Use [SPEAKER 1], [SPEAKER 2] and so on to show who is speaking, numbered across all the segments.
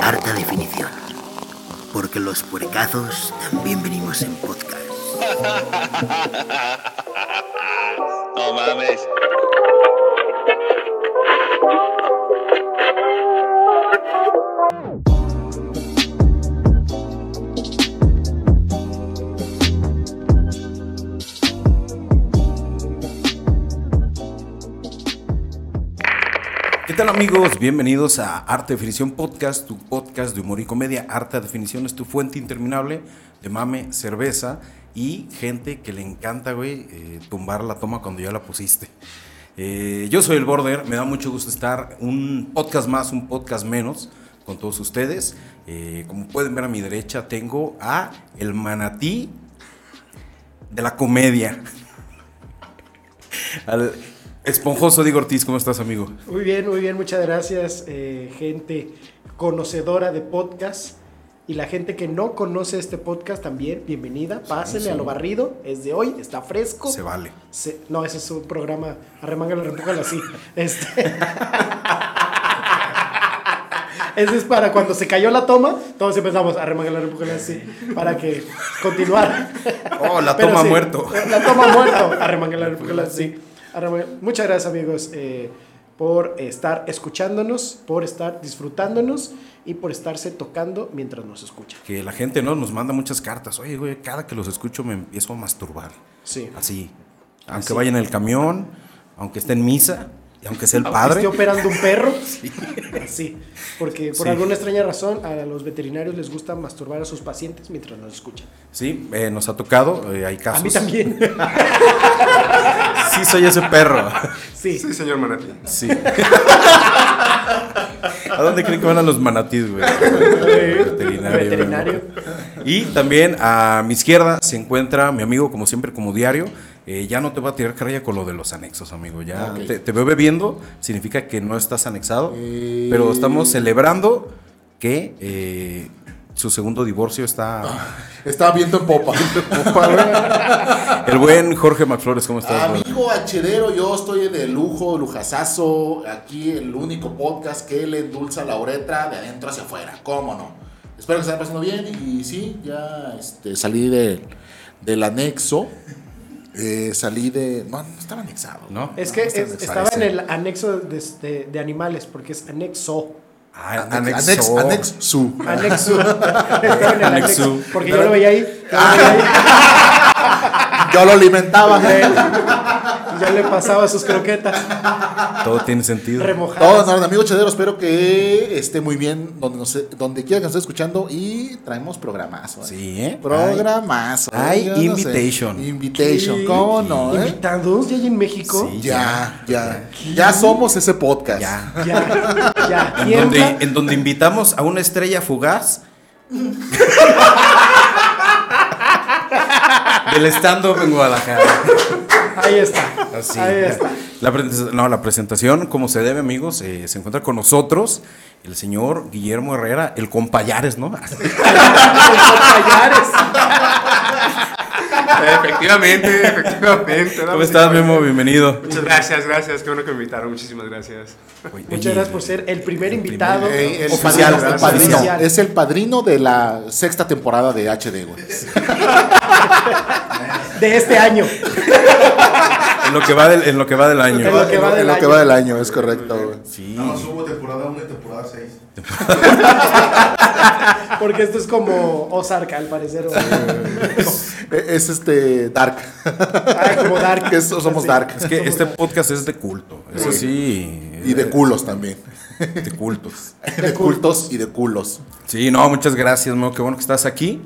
[SPEAKER 1] Harta definición. Porque los puercazos también venimos en podcast.
[SPEAKER 2] No mames.
[SPEAKER 3] ¿Qué tal amigos? Bienvenidos a Arte Definición Podcast, tu podcast de humor y comedia. Arte Definición es tu fuente interminable de mame, cerveza y gente que le encanta, güey, eh, tumbar la toma cuando ya la pusiste. Eh, yo soy el Border, me da mucho gusto estar un podcast más, un podcast menos con todos ustedes. Eh, como pueden ver a mi derecha tengo a el manatí de la comedia. Al esponjoso Diego Ortiz, ¿cómo estás amigo?
[SPEAKER 4] Muy bien, muy bien, muchas gracias, eh, gente conocedora de podcast. Y la gente que no conoce este podcast también, bienvenida, pásenle
[SPEAKER 3] sí.
[SPEAKER 4] a lo barrido, es de hoy, está fresco.
[SPEAKER 3] Se vale.
[SPEAKER 4] Se- no, ese es un programa, arremángala, repújala así. Este. Ese es para cuando se cayó la toma, todos empezamos a remangarla, repújala así, para que continuara.
[SPEAKER 3] Oh, la
[SPEAKER 4] Pero
[SPEAKER 3] toma
[SPEAKER 4] sí,
[SPEAKER 3] muerto.
[SPEAKER 4] La toma muerto. Arremanguela, arremanguela, sí. Arremanga- Muchas gracias, amigos, eh, por estar escuchándonos, por estar disfrutándonos y por estarse tocando mientras nos escuchan.
[SPEAKER 3] Que la gente ¿no? nos manda muchas cartas. Oye, güey, cada que los escucho me empiezo a masturbar.
[SPEAKER 4] Sí.
[SPEAKER 3] Así. Aunque vaya en el camión, aunque esté en misa, y aunque sea el
[SPEAKER 4] Aunque
[SPEAKER 3] padre.
[SPEAKER 4] esté operando un perro. Así. Porque por
[SPEAKER 3] Sí.
[SPEAKER 4] alguna extraña razón a los veterinarios les gusta masturbar a sus pacientes mientras nos escuchan.
[SPEAKER 3] Sí, eh, nos ha tocado, eh, hay casos.
[SPEAKER 4] A mí también.
[SPEAKER 3] Sí, soy ese perro.
[SPEAKER 4] Sí.
[SPEAKER 5] Sí, señor Manatí.
[SPEAKER 3] Sí. ¿A dónde creen que van a los manatís, güey? Veterinario.
[SPEAKER 4] Veterinario.
[SPEAKER 3] Y también a mi izquierda se encuentra mi amigo, como siempre, como diario. Eh, ya no te va a tirar carrilla con lo de los anexos, amigo.
[SPEAKER 5] Ah,
[SPEAKER 3] Ya te, te veo bebiendo, significa que no estás anexado.
[SPEAKER 5] Eh.
[SPEAKER 3] Pero estamos celebrando que eh, su segundo divorcio está.
[SPEAKER 5] Estaba viento en popa.
[SPEAKER 3] El buen Jorge McFlores, ¿cómo
[SPEAKER 5] Ah,
[SPEAKER 3] estás? bro?
[SPEAKER 5] Amigo hachedero, yo estoy de lujo, lujazazo. Aquí el único podcast que le endulza la uretra de adentro hacia afuera. ¿Cómo no? Espero que se estén pasando bien. Y sí, ya este, salí de- del anexo. Eh, salí de. No, no estaba anexado.
[SPEAKER 3] ¿No?
[SPEAKER 4] Es que
[SPEAKER 5] No, está
[SPEAKER 4] es-
[SPEAKER 5] anexado.
[SPEAKER 4] estaba en el anexo de, este, de- de animales, porque es anexo.
[SPEAKER 3] Ah,
[SPEAKER 5] Anex-
[SPEAKER 3] anexo.
[SPEAKER 5] Anex,
[SPEAKER 4] Anexo.
[SPEAKER 5] anexo. Eh,
[SPEAKER 4] Estaba en el
[SPEAKER 3] Anexo.
[SPEAKER 4] anexo. Porque yo lo veía ahí. Yo lo veía ahí.
[SPEAKER 5] Yo lo alimentaba. Ah.
[SPEAKER 4] Ya le pasaba sus croquetas
[SPEAKER 3] Todo tiene sentido.
[SPEAKER 5] Todo en
[SPEAKER 4] remojadas.
[SPEAKER 5] orden, amigo chedero. Espero que esté muy bien donde, nos- donde quiera que nos esté escuchando. Y traemos programazo. ¿eh?
[SPEAKER 3] Sí, ¿eh?
[SPEAKER 5] Programazo. ¿eh?
[SPEAKER 3] Ay,
[SPEAKER 5] yo no sé.
[SPEAKER 3] invitation.
[SPEAKER 5] Invitation, ¿cómo no? eh?
[SPEAKER 4] ¿Invitados ya hay en México?
[SPEAKER 3] Sí.
[SPEAKER 5] Ya, ya. Ya somos ese podcast.
[SPEAKER 3] Ya.
[SPEAKER 4] Ya, ya.
[SPEAKER 3] En donde,
[SPEAKER 4] tiembla.
[SPEAKER 3] en donde invitamos a una estrella fugaz. del stand-up en Guadalajara.
[SPEAKER 4] Ahí está.
[SPEAKER 3] Así.
[SPEAKER 4] Ahí está.
[SPEAKER 3] La, pres- no, la presentación, como se debe, amigos, eh, se encuentra con nosotros el señor Guillermo Herrera, el compayares, ¿no?
[SPEAKER 4] Payares.
[SPEAKER 6] Efectivamente, efectivamente. ¿no?
[SPEAKER 3] ¿Cómo estás, Memo? Bienvenido.
[SPEAKER 6] Muchas gracias, gracias. Qué bueno que me invitaron. Muchísimas gracias.
[SPEAKER 3] Oye,
[SPEAKER 4] Muchas gracias por ser el primer eh, invitado.
[SPEAKER 5] Ey, el
[SPEAKER 3] Oficial,
[SPEAKER 5] padrino, el
[SPEAKER 3] oficial.
[SPEAKER 5] padrino. Es el padrino de la sexta temporada de HD, güey.
[SPEAKER 4] de este año.
[SPEAKER 3] En lo que va del, en lo que va del año.
[SPEAKER 4] En lo que va del
[SPEAKER 5] En lo que
[SPEAKER 4] año.
[SPEAKER 5] va del año, es correcto, güey.
[SPEAKER 3] Sí.
[SPEAKER 7] No, hubo temporada 1 y temporada 6.
[SPEAKER 4] Porque esto es como Ozark, al parecer. o-
[SPEAKER 5] E- Es este Dark.
[SPEAKER 4] Ay, como Dark.
[SPEAKER 5] Que es- somos
[SPEAKER 4] Sí.
[SPEAKER 5] Dark.
[SPEAKER 3] Es que este podcast es de culto. Eso sí.
[SPEAKER 5] Y de culos también.
[SPEAKER 3] eh, de cultos.
[SPEAKER 5] De cultos y de culos.
[SPEAKER 3] Sí, no, muchas gracias, Memo. Qué bueno que estás aquí.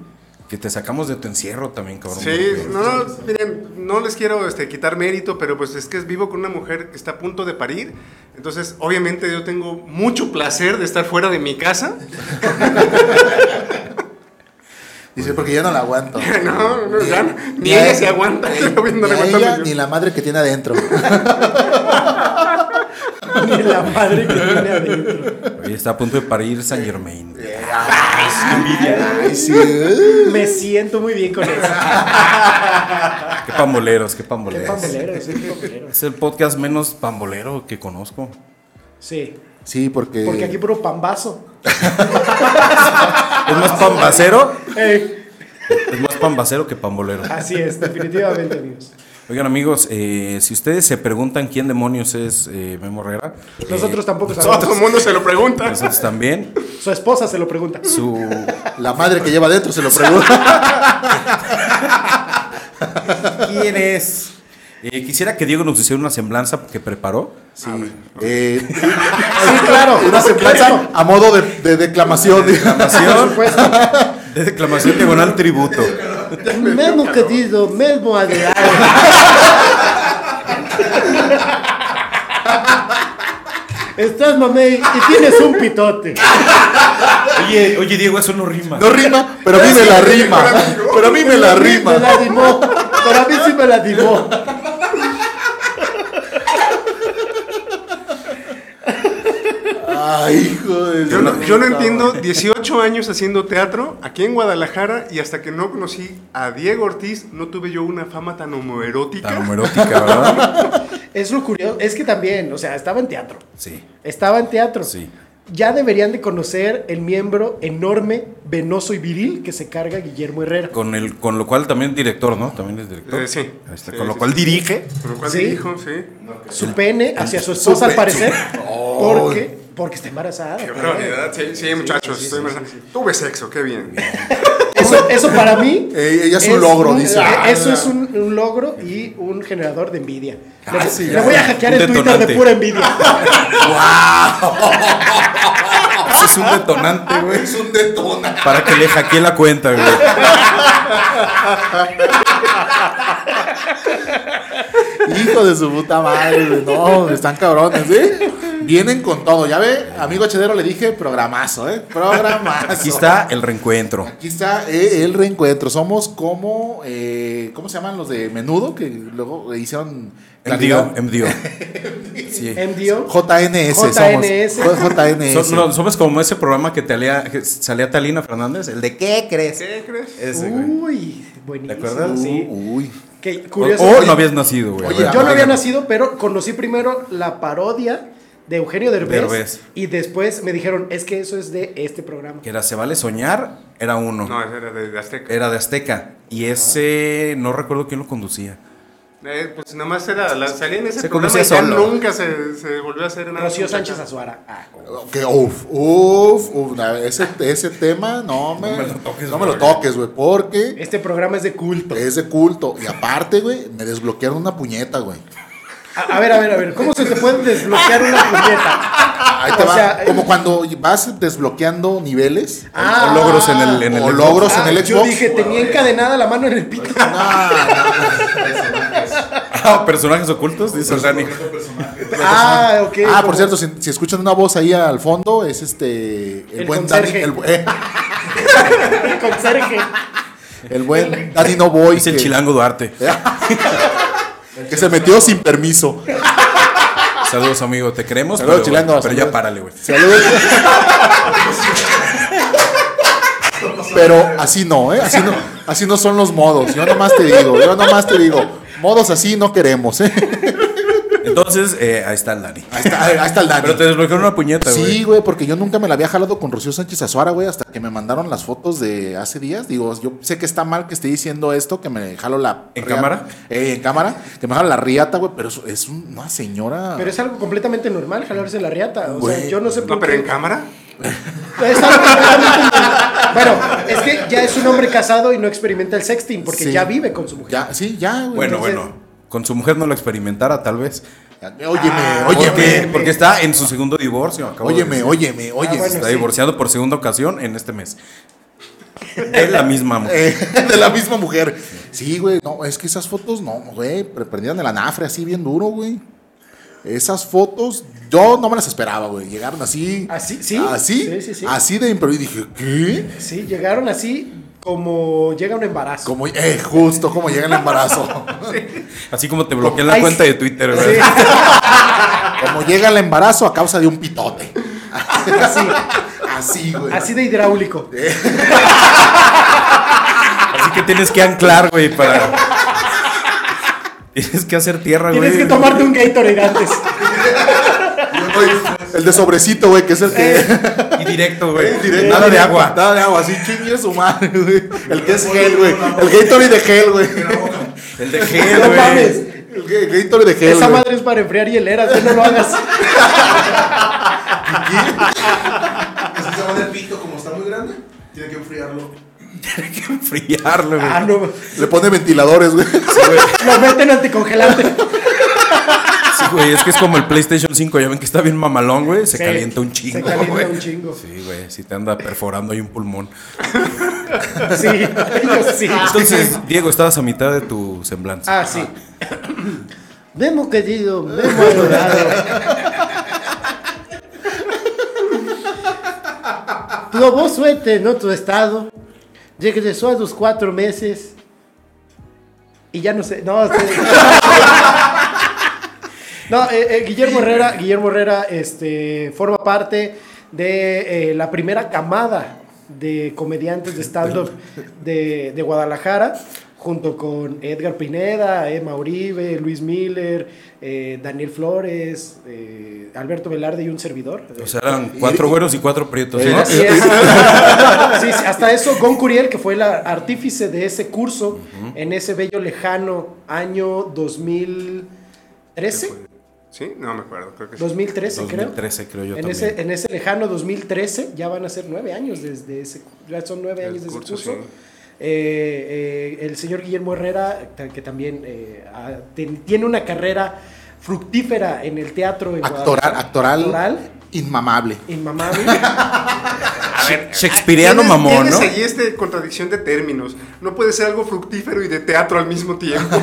[SPEAKER 3] Que te sacamos de tu encierro también, cabrón.
[SPEAKER 6] Sí, no, no, miren, no les quiero este, quitar mérito, pero pues es que vivo con una mujer que está a punto de parir. Entonces, obviamente, yo tengo mucho placer de estar fuera de mi casa.
[SPEAKER 5] Dice, porque yo no la aguanto.
[SPEAKER 6] No, no, ya no. ni
[SPEAKER 5] a
[SPEAKER 6] ella se aguanta. yo no
[SPEAKER 5] Ni, a
[SPEAKER 6] aguanto
[SPEAKER 5] ella,
[SPEAKER 6] yo.
[SPEAKER 5] ni la madre que tiene adentro.
[SPEAKER 4] Ni la madre que tiene adentro.
[SPEAKER 3] Oye, está a punto de parir San Germain.
[SPEAKER 5] Ay, sí.
[SPEAKER 4] Me siento muy bien con eso.
[SPEAKER 3] Qué pamboleros, qué
[SPEAKER 4] Qué
[SPEAKER 3] pamboleros.
[SPEAKER 4] pambolero, sí, qué pambolero.
[SPEAKER 3] Es el podcast menos pambolero que conozco.
[SPEAKER 4] Sí.
[SPEAKER 5] Sí, porque.
[SPEAKER 4] Porque aquí puro pambazo.
[SPEAKER 3] ¿Es más pambacero?
[SPEAKER 4] Eh,
[SPEAKER 3] Es más pambacero que pambolero.
[SPEAKER 4] así es, definitivamente, amigos.
[SPEAKER 3] Oigan amigos, eh, si ustedes se preguntan quién demonios es eh, Memo Herrera, eh,
[SPEAKER 4] Nosotros tampoco
[SPEAKER 6] Todo el
[SPEAKER 4] sabemos.
[SPEAKER 6] mundo se lo pregunta.
[SPEAKER 3] nosotros también,
[SPEAKER 4] Su esposa se lo pregunta.
[SPEAKER 3] su,
[SPEAKER 5] La madre que lleva dentro se lo pregunta.
[SPEAKER 3] ¿Quién es? Eh, quisiera que Diego nos hiciera una semblanza que preparó.
[SPEAKER 5] Sí. Eh,
[SPEAKER 4] Sí, claro.
[SPEAKER 5] una semblanza
[SPEAKER 4] claro.
[SPEAKER 5] a modo de, de declamación.
[SPEAKER 4] Por
[SPEAKER 3] Declamación,
[SPEAKER 4] supuesto.
[SPEAKER 3] de declamación diagonal tributo.
[SPEAKER 1] Memo querido, Memo Adrián.
[SPEAKER 4] Estás mamey y tienes un pitote.
[SPEAKER 3] Oye, oye Diego, eso no rima.
[SPEAKER 5] No rima, pero a mí me la rima. Pero a mí me la
[SPEAKER 4] Me
[SPEAKER 5] rima.
[SPEAKER 4] la dimó. Para mí sí me la dimó.
[SPEAKER 5] Ay, hijo de
[SPEAKER 6] Yo no, yo no entiendo, 18 años haciendo teatro aquí en Guadalajara y hasta que no conocí a Diego Ortiz, no tuve yo una fama tan homoerótica.
[SPEAKER 3] Tan homoerótica, ¿verdad?
[SPEAKER 4] Es lo curioso. Es que también, o sea, estaba en teatro.
[SPEAKER 3] Sí.
[SPEAKER 4] Estaba en teatro.
[SPEAKER 3] Sí.
[SPEAKER 4] Ya deberían de conocer el miembro enorme, venoso y viril que se carga Guillermo Herrera.
[SPEAKER 3] Con, el, con lo cual también director, ¿no? También es director.
[SPEAKER 6] Eh, sí.
[SPEAKER 3] Ahí está,
[SPEAKER 6] Sí,
[SPEAKER 3] con lo
[SPEAKER 6] sí,
[SPEAKER 3] cual
[SPEAKER 6] sí.
[SPEAKER 3] dirige.
[SPEAKER 6] Por lo cual
[SPEAKER 4] Sí.
[SPEAKER 6] dijo, sí.
[SPEAKER 4] Su pene hacia su esposa, al parecer. Porque, porque está embarazada.
[SPEAKER 6] Qué barbaridad. Sí, ¿eh? sí, muchachos. estoy mal- Tuve sexo, qué bien.
[SPEAKER 4] Eso, eso para mí.
[SPEAKER 5] Eh, ella es un logro, dice.
[SPEAKER 4] eh,
[SPEAKER 5] Ah,
[SPEAKER 4] Eso es un, un logro y un generador de envidia. Le-
[SPEAKER 5] Casi,
[SPEAKER 4] le,
[SPEAKER 5] Ah, ya.
[SPEAKER 4] voy a hackear
[SPEAKER 3] Un
[SPEAKER 4] el Twitter
[SPEAKER 3] detonante.
[SPEAKER 4] de pura envidia.
[SPEAKER 3] Eso es un detonante, güey.
[SPEAKER 5] Es un detona.
[SPEAKER 3] Para que le hackee la cuenta, güey.
[SPEAKER 5] Hijo de su puta madre. güey. No, están cabrones, ¿eh? Vienen con todo. Ya ve, amigo Chedero le dije programazo, ¿eh? Programazo.
[SPEAKER 3] Aquí está el reencuentro.
[SPEAKER 5] Aquí está eh, el reencuentro. Somos como. eh, ¿Cómo se llaman los de menudo? Que luego hicieron.
[SPEAKER 3] MDO, MDO. Sí.
[SPEAKER 4] MDO.
[SPEAKER 5] JNS. somos.
[SPEAKER 4] JNS.
[SPEAKER 5] JNS.
[SPEAKER 3] So- no, somos como ese programa que, talía, que salía Talina Fernández, el de ¿Qué crees?
[SPEAKER 6] ¿Qué crees?
[SPEAKER 3] Ese, güey.
[SPEAKER 4] Uy, buenísimo.
[SPEAKER 3] ¿Te acuerdas?
[SPEAKER 4] Uh, Sí.
[SPEAKER 5] Uy.
[SPEAKER 4] Que
[SPEAKER 3] O,
[SPEAKER 4] curioso.
[SPEAKER 3] o no habías nacido, güey.
[SPEAKER 5] Oye,
[SPEAKER 3] A ver,
[SPEAKER 4] Yo no había
[SPEAKER 5] Oigan.
[SPEAKER 4] nacido, pero conocí primero la parodia de Eugenio Derbez,
[SPEAKER 3] Derbez.
[SPEAKER 4] y después me dijeron, es que eso es de este programa.
[SPEAKER 3] Que era Se Vale Soñar, era uno.
[SPEAKER 6] No, ese era de, de Azteca.
[SPEAKER 3] Era de Azteca. Y ese, no recuerdo quién lo conducía.
[SPEAKER 6] Eh, pues nada más era, la, salía en ese
[SPEAKER 3] Se
[SPEAKER 6] programa
[SPEAKER 3] conocía
[SPEAKER 6] y ya
[SPEAKER 3] solo.
[SPEAKER 6] nunca se, se volvió a hacer nada.
[SPEAKER 4] Rocío Sánchez Azuara. Ah,
[SPEAKER 5] Que uf, uf, uf, na- ese, ese tema no me, no me lo toques, güey, porque
[SPEAKER 4] este programa es de culto.
[SPEAKER 5] es de culto. Y aparte, güey, me desbloquearon una puñeta, güey.
[SPEAKER 4] A, a ver, a ver, a ver, ¿cómo se te puede desbloquear una puñeta?
[SPEAKER 5] Ahí
[SPEAKER 4] Ah,
[SPEAKER 5] te
[SPEAKER 4] O
[SPEAKER 5] va,
[SPEAKER 4] sea,
[SPEAKER 5] como cuando vas desbloqueando niveles
[SPEAKER 4] Ah.
[SPEAKER 3] o logros en el, en el
[SPEAKER 5] o
[SPEAKER 3] Xbox.
[SPEAKER 5] logros
[SPEAKER 4] Ah,
[SPEAKER 5] en el
[SPEAKER 4] Yo
[SPEAKER 5] Xbox.
[SPEAKER 4] dije, tenía encadenada la mano en el pito.
[SPEAKER 3] Ah, personajes ocultos, dice Dani.
[SPEAKER 4] Ah, ok.
[SPEAKER 5] Ah,
[SPEAKER 4] como-
[SPEAKER 5] por cierto, si, si escuchan una voz ahí al fondo, es este. El,
[SPEAKER 4] El
[SPEAKER 5] buen Dani.
[SPEAKER 4] conserje.
[SPEAKER 5] El, bu- eh,
[SPEAKER 4] El conserje.
[SPEAKER 5] el buen Dani No Boy.
[SPEAKER 3] Dice el
[SPEAKER 5] que-
[SPEAKER 3] Chilango Duarte.
[SPEAKER 5] que se metió sin permiso.
[SPEAKER 3] Saludos, amigo. Te queremos,
[SPEAKER 5] Saludos,
[SPEAKER 3] pero,
[SPEAKER 5] Chilango,
[SPEAKER 3] pero ya
[SPEAKER 5] saludos.
[SPEAKER 3] párale, güey.
[SPEAKER 5] Saludos. Pero así no, ¿eh? Así no, así no son los modos. Yo nomás te digo, yo nomás te digo, modos así no queremos, ¿eh?
[SPEAKER 3] Entonces, eh, ahí está el Dani.
[SPEAKER 5] Ahí está, ahí está el Dani.
[SPEAKER 3] Pero te desbloquearon una puñeta, güey.
[SPEAKER 5] Sí, güey, porque yo nunca me la había jalado con Rocío Sánchez Azuara, güey, hasta que me mandaron las fotos de hace días. Digo, yo sé que está mal que esté diciendo esto, que me jalo la.
[SPEAKER 3] ¿En
[SPEAKER 5] riata-
[SPEAKER 3] cámara?
[SPEAKER 5] Eh, en cámara, que me jalo la riata, güey, pero es, es una señora.
[SPEAKER 4] Pero es algo completamente normal jalarse la riata. O sea,
[SPEAKER 5] Güey.
[SPEAKER 4] yo no sé por
[SPEAKER 6] No, pero
[SPEAKER 4] qué-
[SPEAKER 6] en cámara.
[SPEAKER 4] Es algo completamente normal. Bueno, es que ya es un hombre casado y no experimenta el sexting porque
[SPEAKER 5] Sí.
[SPEAKER 4] ya vive con su mujer.
[SPEAKER 5] Pues Ya, sí, ya, güey.
[SPEAKER 3] Bueno,
[SPEAKER 5] Entonces-
[SPEAKER 3] bueno. Con su mujer no lo experimentara, tal vez.
[SPEAKER 5] Óyeme,
[SPEAKER 4] Ah,
[SPEAKER 3] Porque,
[SPEAKER 5] óyeme.
[SPEAKER 3] porque está en su segundo divorcio. acabo de
[SPEAKER 5] Ah, Óyeme,
[SPEAKER 3] decir.
[SPEAKER 5] óyeme, óyeme.
[SPEAKER 4] Ah, bueno,
[SPEAKER 3] Está
[SPEAKER 4] sí.
[SPEAKER 3] divorciado por segunda ocasión en este mes. De la misma mujer.
[SPEAKER 5] Eh, de la misma mujer. Sí, güey. No, es que esas fotos no, güey. pre- Prendieron el anafre así bien duro, güey. Esas fotos, yo no me las esperaba, güey. Llegaron así.
[SPEAKER 4] Así, sí.
[SPEAKER 5] Así.
[SPEAKER 4] Sí, sí, sí.
[SPEAKER 5] Así de improviso. Y Dije, ¿qué?
[SPEAKER 4] Sí, llegaron así como llega un embarazo.
[SPEAKER 5] Como, eh, justo como llega el embarazo.
[SPEAKER 3] Así como te bloqueé la
[SPEAKER 4] Ay,
[SPEAKER 3] cuenta
[SPEAKER 4] sí.
[SPEAKER 3] de Twitter,
[SPEAKER 4] Sí,
[SPEAKER 3] güey.
[SPEAKER 5] como llega el embarazo a causa de un pitote.
[SPEAKER 4] así,
[SPEAKER 5] Así, güey.
[SPEAKER 4] así de hidráulico.
[SPEAKER 3] Así que tienes que anclar, güey, para. Tienes que hacer tierra, güey.
[SPEAKER 4] Tienes que tomarte un Gatorade antes.
[SPEAKER 7] Yo
[SPEAKER 5] Oye, el de sobrecito, güey, que es el que.
[SPEAKER 4] Eh,
[SPEAKER 3] Y directo, güey.
[SPEAKER 5] Directo,
[SPEAKER 3] Nada de agua.
[SPEAKER 5] Nada de agua, así chingue su madre, güey. El que es
[SPEAKER 7] Oye,
[SPEAKER 5] gel,
[SPEAKER 7] no,
[SPEAKER 5] güey.
[SPEAKER 7] no,
[SPEAKER 5] El Gatorade de gel, güey.
[SPEAKER 3] El de gel,
[SPEAKER 4] No
[SPEAKER 3] Eh, güey.
[SPEAKER 4] mames.
[SPEAKER 5] El Ga- Gatorade de gel,
[SPEAKER 4] Esa
[SPEAKER 5] Eh, güey.
[SPEAKER 4] madre es para enfriar hieleras, tú no lo hagas.
[SPEAKER 7] Así se va del pito, como está muy grande, tiene que enfriarlo.
[SPEAKER 3] Tiene que enfriarlo, güey.
[SPEAKER 4] Ah, no.
[SPEAKER 5] Le pone ventiladores, güey.
[SPEAKER 4] Lo meten anticongelante.
[SPEAKER 3] Sí, güey, es que es como el PlayStation 5, ya ven que está bien mamalón, güey. Se
[SPEAKER 4] Sí,
[SPEAKER 3] calienta un
[SPEAKER 4] se
[SPEAKER 3] chingo,
[SPEAKER 4] calienta
[SPEAKER 3] güey.
[SPEAKER 4] un chingo.
[SPEAKER 3] Sí, güey, si te anda perforando ahí un pulmón.
[SPEAKER 4] Sí, ellos sí.
[SPEAKER 3] Entonces, Diego, estabas a mitad de tu semblanza.
[SPEAKER 4] Ah, sí. Memo querido, Memo adorado. Probó suerte en otro estado. Regresó a los cuatro meses. Y ya no sé. No, sé. No, eh, eh, Guillermo Herrera, Guillermo Herrera este, forma parte de eh, la primera camada de comediantes de stand-up de, de Guadalajara, junto con Edgar Pineda, Emma Uribe, Luis Miller, eh, Daniel Flores, eh, Alberto Velarde y un servidor.
[SPEAKER 3] O sea, eran cuatro güeros y cuatro prietos,
[SPEAKER 5] Eh,
[SPEAKER 3] ¿no?
[SPEAKER 5] eh,
[SPEAKER 4] Así es. Sí, sí, hasta eso, Gon Curiel, que fue la artífice de ese curso en ese bello lejano año 2013.
[SPEAKER 6] ¿Sí? No me acuerdo, creo que sí.
[SPEAKER 4] 2013, creo.
[SPEAKER 3] 2013 creo yo
[SPEAKER 4] en,
[SPEAKER 3] también.
[SPEAKER 4] ese, en ese lejano 2013, ya van a ser nueve años desde ese, ya son nueve
[SPEAKER 6] El
[SPEAKER 4] años desde ese
[SPEAKER 6] curso,
[SPEAKER 4] curso.
[SPEAKER 6] sí.
[SPEAKER 4] Eh, eh, el señor Guillermo Herrera, ta- que también eh, ha- ten- tiene una carrera fructífera en el teatro. En
[SPEAKER 5] Actoral,
[SPEAKER 4] Guadalajara.
[SPEAKER 5] actoral.
[SPEAKER 4] Actoral,
[SPEAKER 5] Inmamable.
[SPEAKER 4] Inmamable.
[SPEAKER 6] A ver,
[SPEAKER 3] Shakespeareano
[SPEAKER 6] tienes-
[SPEAKER 3] mamón, ¿no?
[SPEAKER 6] tienes ahí esta contradicción de términos. No puede ser algo fructífero y de teatro al mismo tiempo.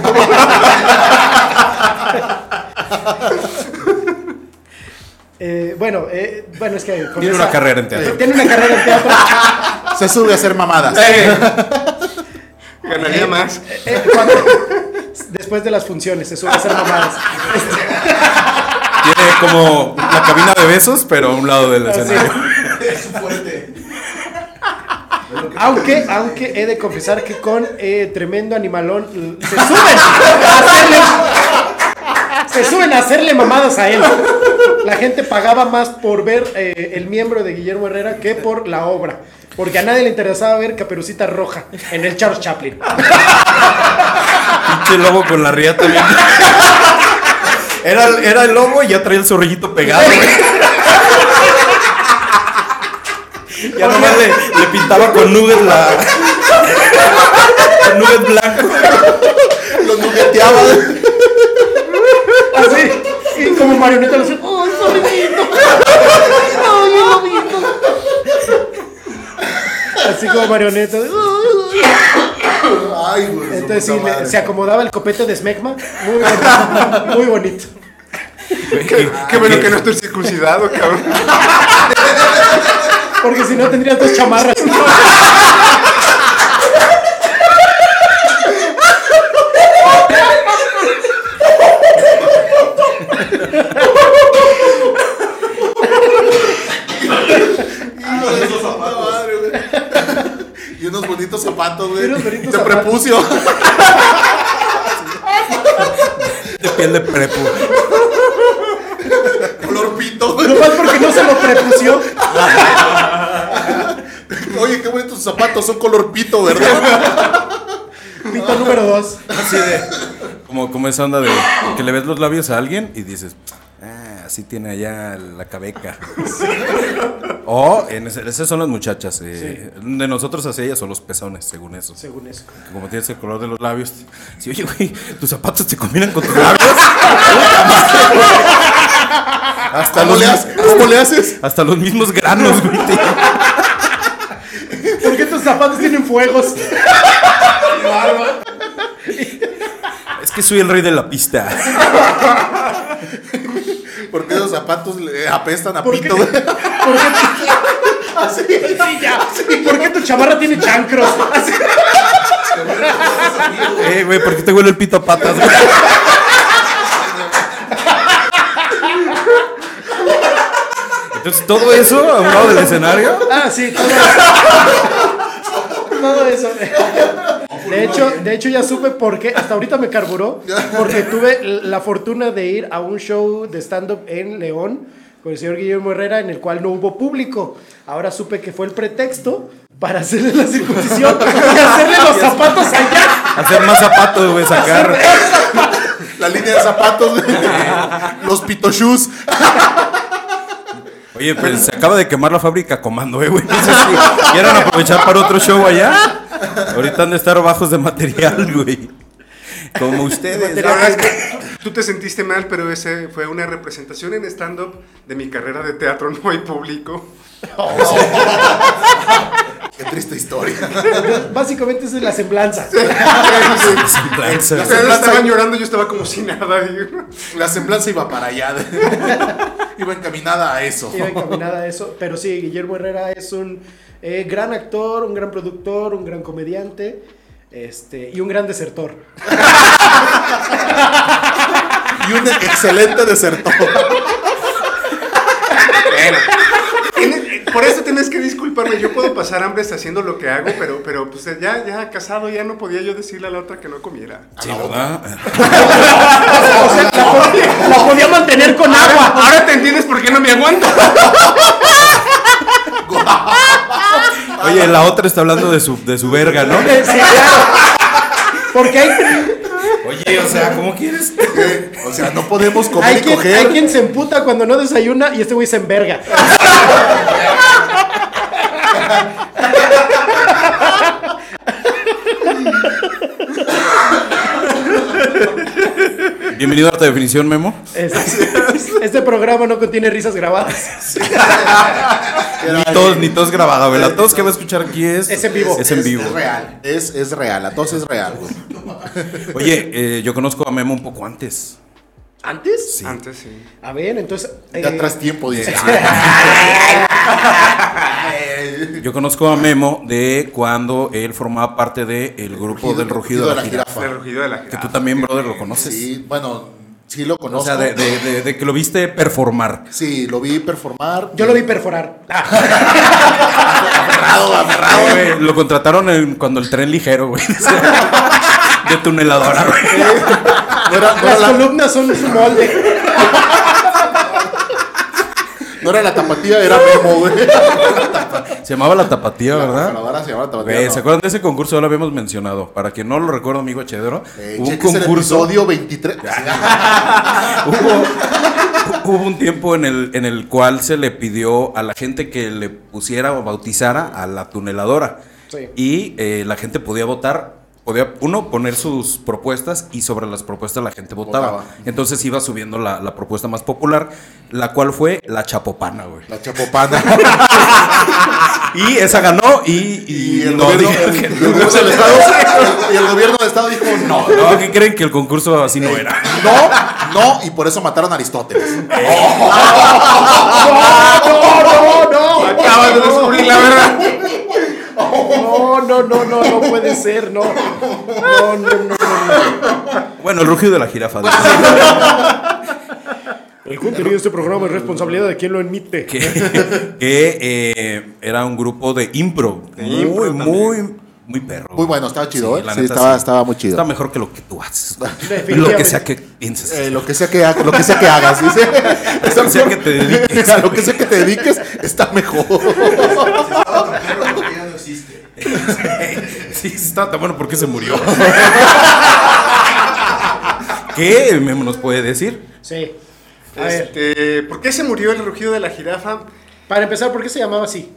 [SPEAKER 4] Eh, bueno, eh, bueno, es que. con
[SPEAKER 3] Tiene una carrera en teatro.
[SPEAKER 4] Eh, Tiene una carrera en teatro.
[SPEAKER 5] Se sube a hacer mamadas.
[SPEAKER 6] Ganaría más.
[SPEAKER 4] Eh, cuando- después de las funciones, se suele hacer mamadas.
[SPEAKER 3] Tiene como la cabina de besos, pero a un lado del escenario.
[SPEAKER 7] Es fuerte.
[SPEAKER 4] Aunque, aunque he de confesar que con eh, tremendo animalón l- se suben a hacerle. Se suben a hacerle mamadas a él. La gente pagaba más por ver eh, el miembro de Guillermo Herrera que por la obra. Porque a nadie le interesaba ver Caperucita Roja en el Charles Chaplin.
[SPEAKER 3] Pinche lobo con la riata. bien. Era, era el lobo y ya traía el zorrillito pegado, güey. Ya nomás le, le pintaba con nubes la. Con nubes blancas.
[SPEAKER 5] Los nugueteaba.
[SPEAKER 4] Así. Y como marioneta lo hacía, ¡Oh, zorrillito! ¡Ay, el lobito! Así como marioneta. ¡Ay, ay, ay!
[SPEAKER 5] Ay, güey. su
[SPEAKER 4] Entonces sí,
[SPEAKER 5] puta
[SPEAKER 4] le-
[SPEAKER 5] madre.
[SPEAKER 4] se acomodaba el copete de Smegma. Muy bonito. Muy bonito.
[SPEAKER 6] Qué bueno
[SPEAKER 4] eh,
[SPEAKER 6] que no estoy circuncidado, cabrón.
[SPEAKER 4] Porque si no tendrías dos chamarras.
[SPEAKER 5] Ah, de esos zapatos. Y unos bonitos zapatos, güey.
[SPEAKER 4] Y unos bonitos
[SPEAKER 5] De
[SPEAKER 4] zapatos.
[SPEAKER 5] prepucio.
[SPEAKER 3] De piel de prepo.
[SPEAKER 5] Color pito.
[SPEAKER 4] Nomás porque no se lo prepució.
[SPEAKER 5] Oye, qué bonitos tus zapatos. Son color pito, ¿verdad?
[SPEAKER 4] Pito número dos.
[SPEAKER 3] Así de. Como, como esa onda de que le ves los labios a alguien y dices. Ah, así tiene allá la cabeca. O, en ese- esas son las muchachas. eh, De nosotros hacia ellas son los pezones, según eso.
[SPEAKER 4] Según eso.
[SPEAKER 3] Que Como tienes el color de los labios. Si, oye, güey, tus zapatos te combinan con tus labios.
[SPEAKER 5] Hasta ¿Cómo, le haces? ¿Cómo le haces?
[SPEAKER 3] Hasta los mismos granos, güey. te-
[SPEAKER 4] ¿Por qué tus zapatos tienen fuegos?
[SPEAKER 3] Es que soy el rey de la pista.
[SPEAKER 5] Porque esos zapatos le apestan a
[SPEAKER 4] ¿Por qué?
[SPEAKER 5] pito, güey.
[SPEAKER 4] ¿Por qué tu- Sí, ya. ¿Por qué tu chamarra tiene chancros? Así.
[SPEAKER 3] Eh, güey, ¿por qué te huele el pito a patas, güey? Entonces, todo eso a un lado del escenario.
[SPEAKER 4] Ah, sí, todo eso. Todo eso. De hecho, de hecho ya supe por qué, hasta ahorita me carburó, porque tuve la fortuna de ir a un show de stand-up en León con el señor Guillermo Herrera, en el cual no hubo público. Ahora supe que fue el pretexto para hacerle la circuncisión y hacerle los zapatos allá.
[SPEAKER 3] Hacer más zapatos, güey, sacar.
[SPEAKER 5] La línea de zapatos, güey. los pito shoes.
[SPEAKER 3] Oye, pues se acaba de quemar la fábrica comando, eh, güey. No sé si quieran aprovechar para otro show allá. Ahorita han de estar bajos de material, güey. Como ustedes.
[SPEAKER 6] La verdad es que tú te sentiste mal, pero ese fue una representación en stand-up de mi carrera de teatro. No hay público.
[SPEAKER 5] Qué triste historia.
[SPEAKER 4] Básicamente esa es la semblanza.
[SPEAKER 3] Sin plan,
[SPEAKER 5] La
[SPEAKER 3] se-
[SPEAKER 6] Ustedes
[SPEAKER 5] semblanza-
[SPEAKER 6] estaban llorando, yo estaba como si nada. digo.
[SPEAKER 5] La semblanza iba para allá. iba encaminada a eso.
[SPEAKER 4] Iba encaminada a eso. Pero sí, Guillermo Herrera es un eh, gran actor, un gran productor, un gran comediante este, y un gran desertor.
[SPEAKER 5] Y un excelente desertor.
[SPEAKER 6] Tiene- eh, Por eso tienes que disculparme. Yo puedo pasar hambre hasta haciendo lo que hago, pero, pero pues ya, ya casado, ya no podía yo decirle a la otra que no comiera.
[SPEAKER 3] Sí, ¿verdad?
[SPEAKER 4] O sea, la, podía, la podía mantener con agua.
[SPEAKER 6] Ahora te entiendes por qué no me aguanto.
[SPEAKER 3] Oye, la otra está hablando de su, de su verga, ¿no?
[SPEAKER 4] Sí, claro. Porque hay,
[SPEAKER 3] Oye, o sea, ¿cómo quieres?
[SPEAKER 5] o sea, no podemos comer
[SPEAKER 4] hay
[SPEAKER 5] y
[SPEAKER 4] quien,
[SPEAKER 5] coger.
[SPEAKER 4] hay quien se emputa cuando no desayuna y este güey se enverga.
[SPEAKER 3] Bienvenido a Arte Definición, Memo.
[SPEAKER 4] Este, este programa no contiene risas grabadas.
[SPEAKER 3] Ni todos, ni todos grabada, güey. La tos que va a escuchar aquí es.
[SPEAKER 4] Es en vivo.
[SPEAKER 3] Es en vivo.
[SPEAKER 5] Es real. Es, es real. A todos es real, güey.
[SPEAKER 3] Oye, eh, yo conozco a Memo un poco antes.
[SPEAKER 4] ¿Antes?
[SPEAKER 6] Antes sí.
[SPEAKER 4] A ver, entonces. eh,
[SPEAKER 5] Ya tras tiempo, dice.
[SPEAKER 3] Ah, Yo conozco a Memo de cuando él formaba parte del grupo del Rugido de la Jirafa.
[SPEAKER 6] El rugido de la
[SPEAKER 3] Que
[SPEAKER 6] jirafa.
[SPEAKER 3] tú también, brother, lo conoces.
[SPEAKER 5] Sí, bueno, sí lo
[SPEAKER 3] O
[SPEAKER 5] conozco.
[SPEAKER 3] sea, de, de- de- de que lo viste performar.
[SPEAKER 5] Sí, lo vi performar.
[SPEAKER 4] yo lo vi perforar. Ah,
[SPEAKER 5] aferrado, aferrado.
[SPEAKER 3] Güey, lo contrataron en- cuando el tren ligero, güey. De tuneladora, güey.
[SPEAKER 5] No era, no era
[SPEAKER 4] las
[SPEAKER 5] la,
[SPEAKER 4] columnas son un molde.
[SPEAKER 5] no era la tapatía, era Memo, güey.
[SPEAKER 3] Se llamaba La Tapatía,
[SPEAKER 5] La
[SPEAKER 3] ¿verdad?
[SPEAKER 5] ahora se llama tapatía.
[SPEAKER 3] Güey,
[SPEAKER 5] no.
[SPEAKER 3] ¿Se acuerdan de ese concurso? Ya lo habíamos mencionado. Para que no lo recuerdo, amigo Chedero.
[SPEAKER 5] Eh,
[SPEAKER 3] hubo un
[SPEAKER 5] cheques el
[SPEAKER 3] concurso. Ah,
[SPEAKER 5] episodio 23.
[SPEAKER 3] Hubo, hubo un tiempo en el, en el cual se le pidió a la gente que le pusiera o bautizara a la tuneladora.
[SPEAKER 4] Sí.
[SPEAKER 3] Y eh, la gente podía votar, podía uno poner sus propuestas y sobre las propuestas la gente votaba.
[SPEAKER 5] Votaba.
[SPEAKER 3] Entonces iba subiendo la, la propuesta más popular, la cual fue la chapopana, güey.
[SPEAKER 5] La chapopana.
[SPEAKER 3] Y esa ganó y, y
[SPEAKER 5] Ah. Y el,
[SPEAKER 3] no,
[SPEAKER 5] gobierno,
[SPEAKER 3] dijeron
[SPEAKER 5] el-
[SPEAKER 3] que-
[SPEAKER 5] el gobierno del Estado, y el gobierno del Estado dijo no.
[SPEAKER 3] no, ¿qué creen que el concurso así no era?
[SPEAKER 5] No, no, y por eso mataron a Aristóteles.
[SPEAKER 4] ¡No, no!
[SPEAKER 6] Acabas de descubrir la verdad.
[SPEAKER 4] No, no, no, no, no puede ser, no. No, no, no.
[SPEAKER 3] Bueno, el rugido de la jirafa. dice.
[SPEAKER 4] El contenido de este programa es responsabilidad de quien lo emite.
[SPEAKER 3] que, que, eh, era un grupo de impro. muy,
[SPEAKER 6] impro
[SPEAKER 3] muy, muy perro.
[SPEAKER 5] Muy bueno, estaba chido, ¿eh?
[SPEAKER 3] la
[SPEAKER 5] Sí,
[SPEAKER 3] neta,
[SPEAKER 5] estaba- estaba muy chido.
[SPEAKER 3] Está mejor que lo que tú haces. güey.
[SPEAKER 4] Definitivamente.
[SPEAKER 3] Lo que sea que pienses.
[SPEAKER 5] Eh, lo que sea que ha- lo que sea que hagas, dice. Está
[SPEAKER 3] sea que
[SPEAKER 5] mejor-
[SPEAKER 3] te dediques.
[SPEAKER 5] A lo que sea que te dediques, está mejor.
[SPEAKER 7] Pero porque ya no existe.
[SPEAKER 3] sí, sí, estaba tan bueno porque se murió. ¿Qué Memo nos puede decir?
[SPEAKER 4] Sí. A ver,
[SPEAKER 6] Este, ¿Por qué se murió el rugido de la jirafa?
[SPEAKER 4] para empezar, ¿por qué se llamaba así?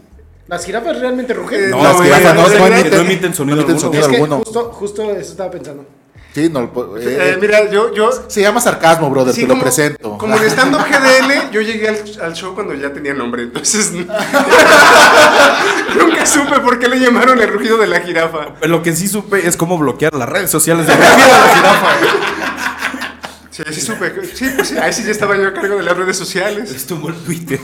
[SPEAKER 4] Las jirafas realmente rugen.
[SPEAKER 6] No,
[SPEAKER 5] Las
[SPEAKER 6] güey,
[SPEAKER 5] jirafas
[SPEAKER 6] no emiten-
[SPEAKER 5] emiten-
[SPEAKER 3] no emiten sonido
[SPEAKER 5] no emiten
[SPEAKER 3] alguno.
[SPEAKER 4] Es que
[SPEAKER 5] alguno.
[SPEAKER 4] justo, justo eso estaba pensando.
[SPEAKER 5] Sí, no, lo- eh,
[SPEAKER 6] Eh, mira, yo, yo
[SPEAKER 5] se llama sarcasmo, brother,
[SPEAKER 6] Sí,
[SPEAKER 5] te lo
[SPEAKER 6] como-
[SPEAKER 5] presento.
[SPEAKER 6] Como en stand-up GDL, yo llegué al, al show cuando ya tenía nombre, entonces. nunca supe por qué le llamaron el rugido de la jirafa.
[SPEAKER 3] Lo que sí supe es cómo bloquear las redes sociales del rugido de la jirafa.
[SPEAKER 6] Sí, sí supe. Sí, pues sí, ahí sí ya estaba yo a cargo de las redes sociales.
[SPEAKER 3] Estuvo el Twitter.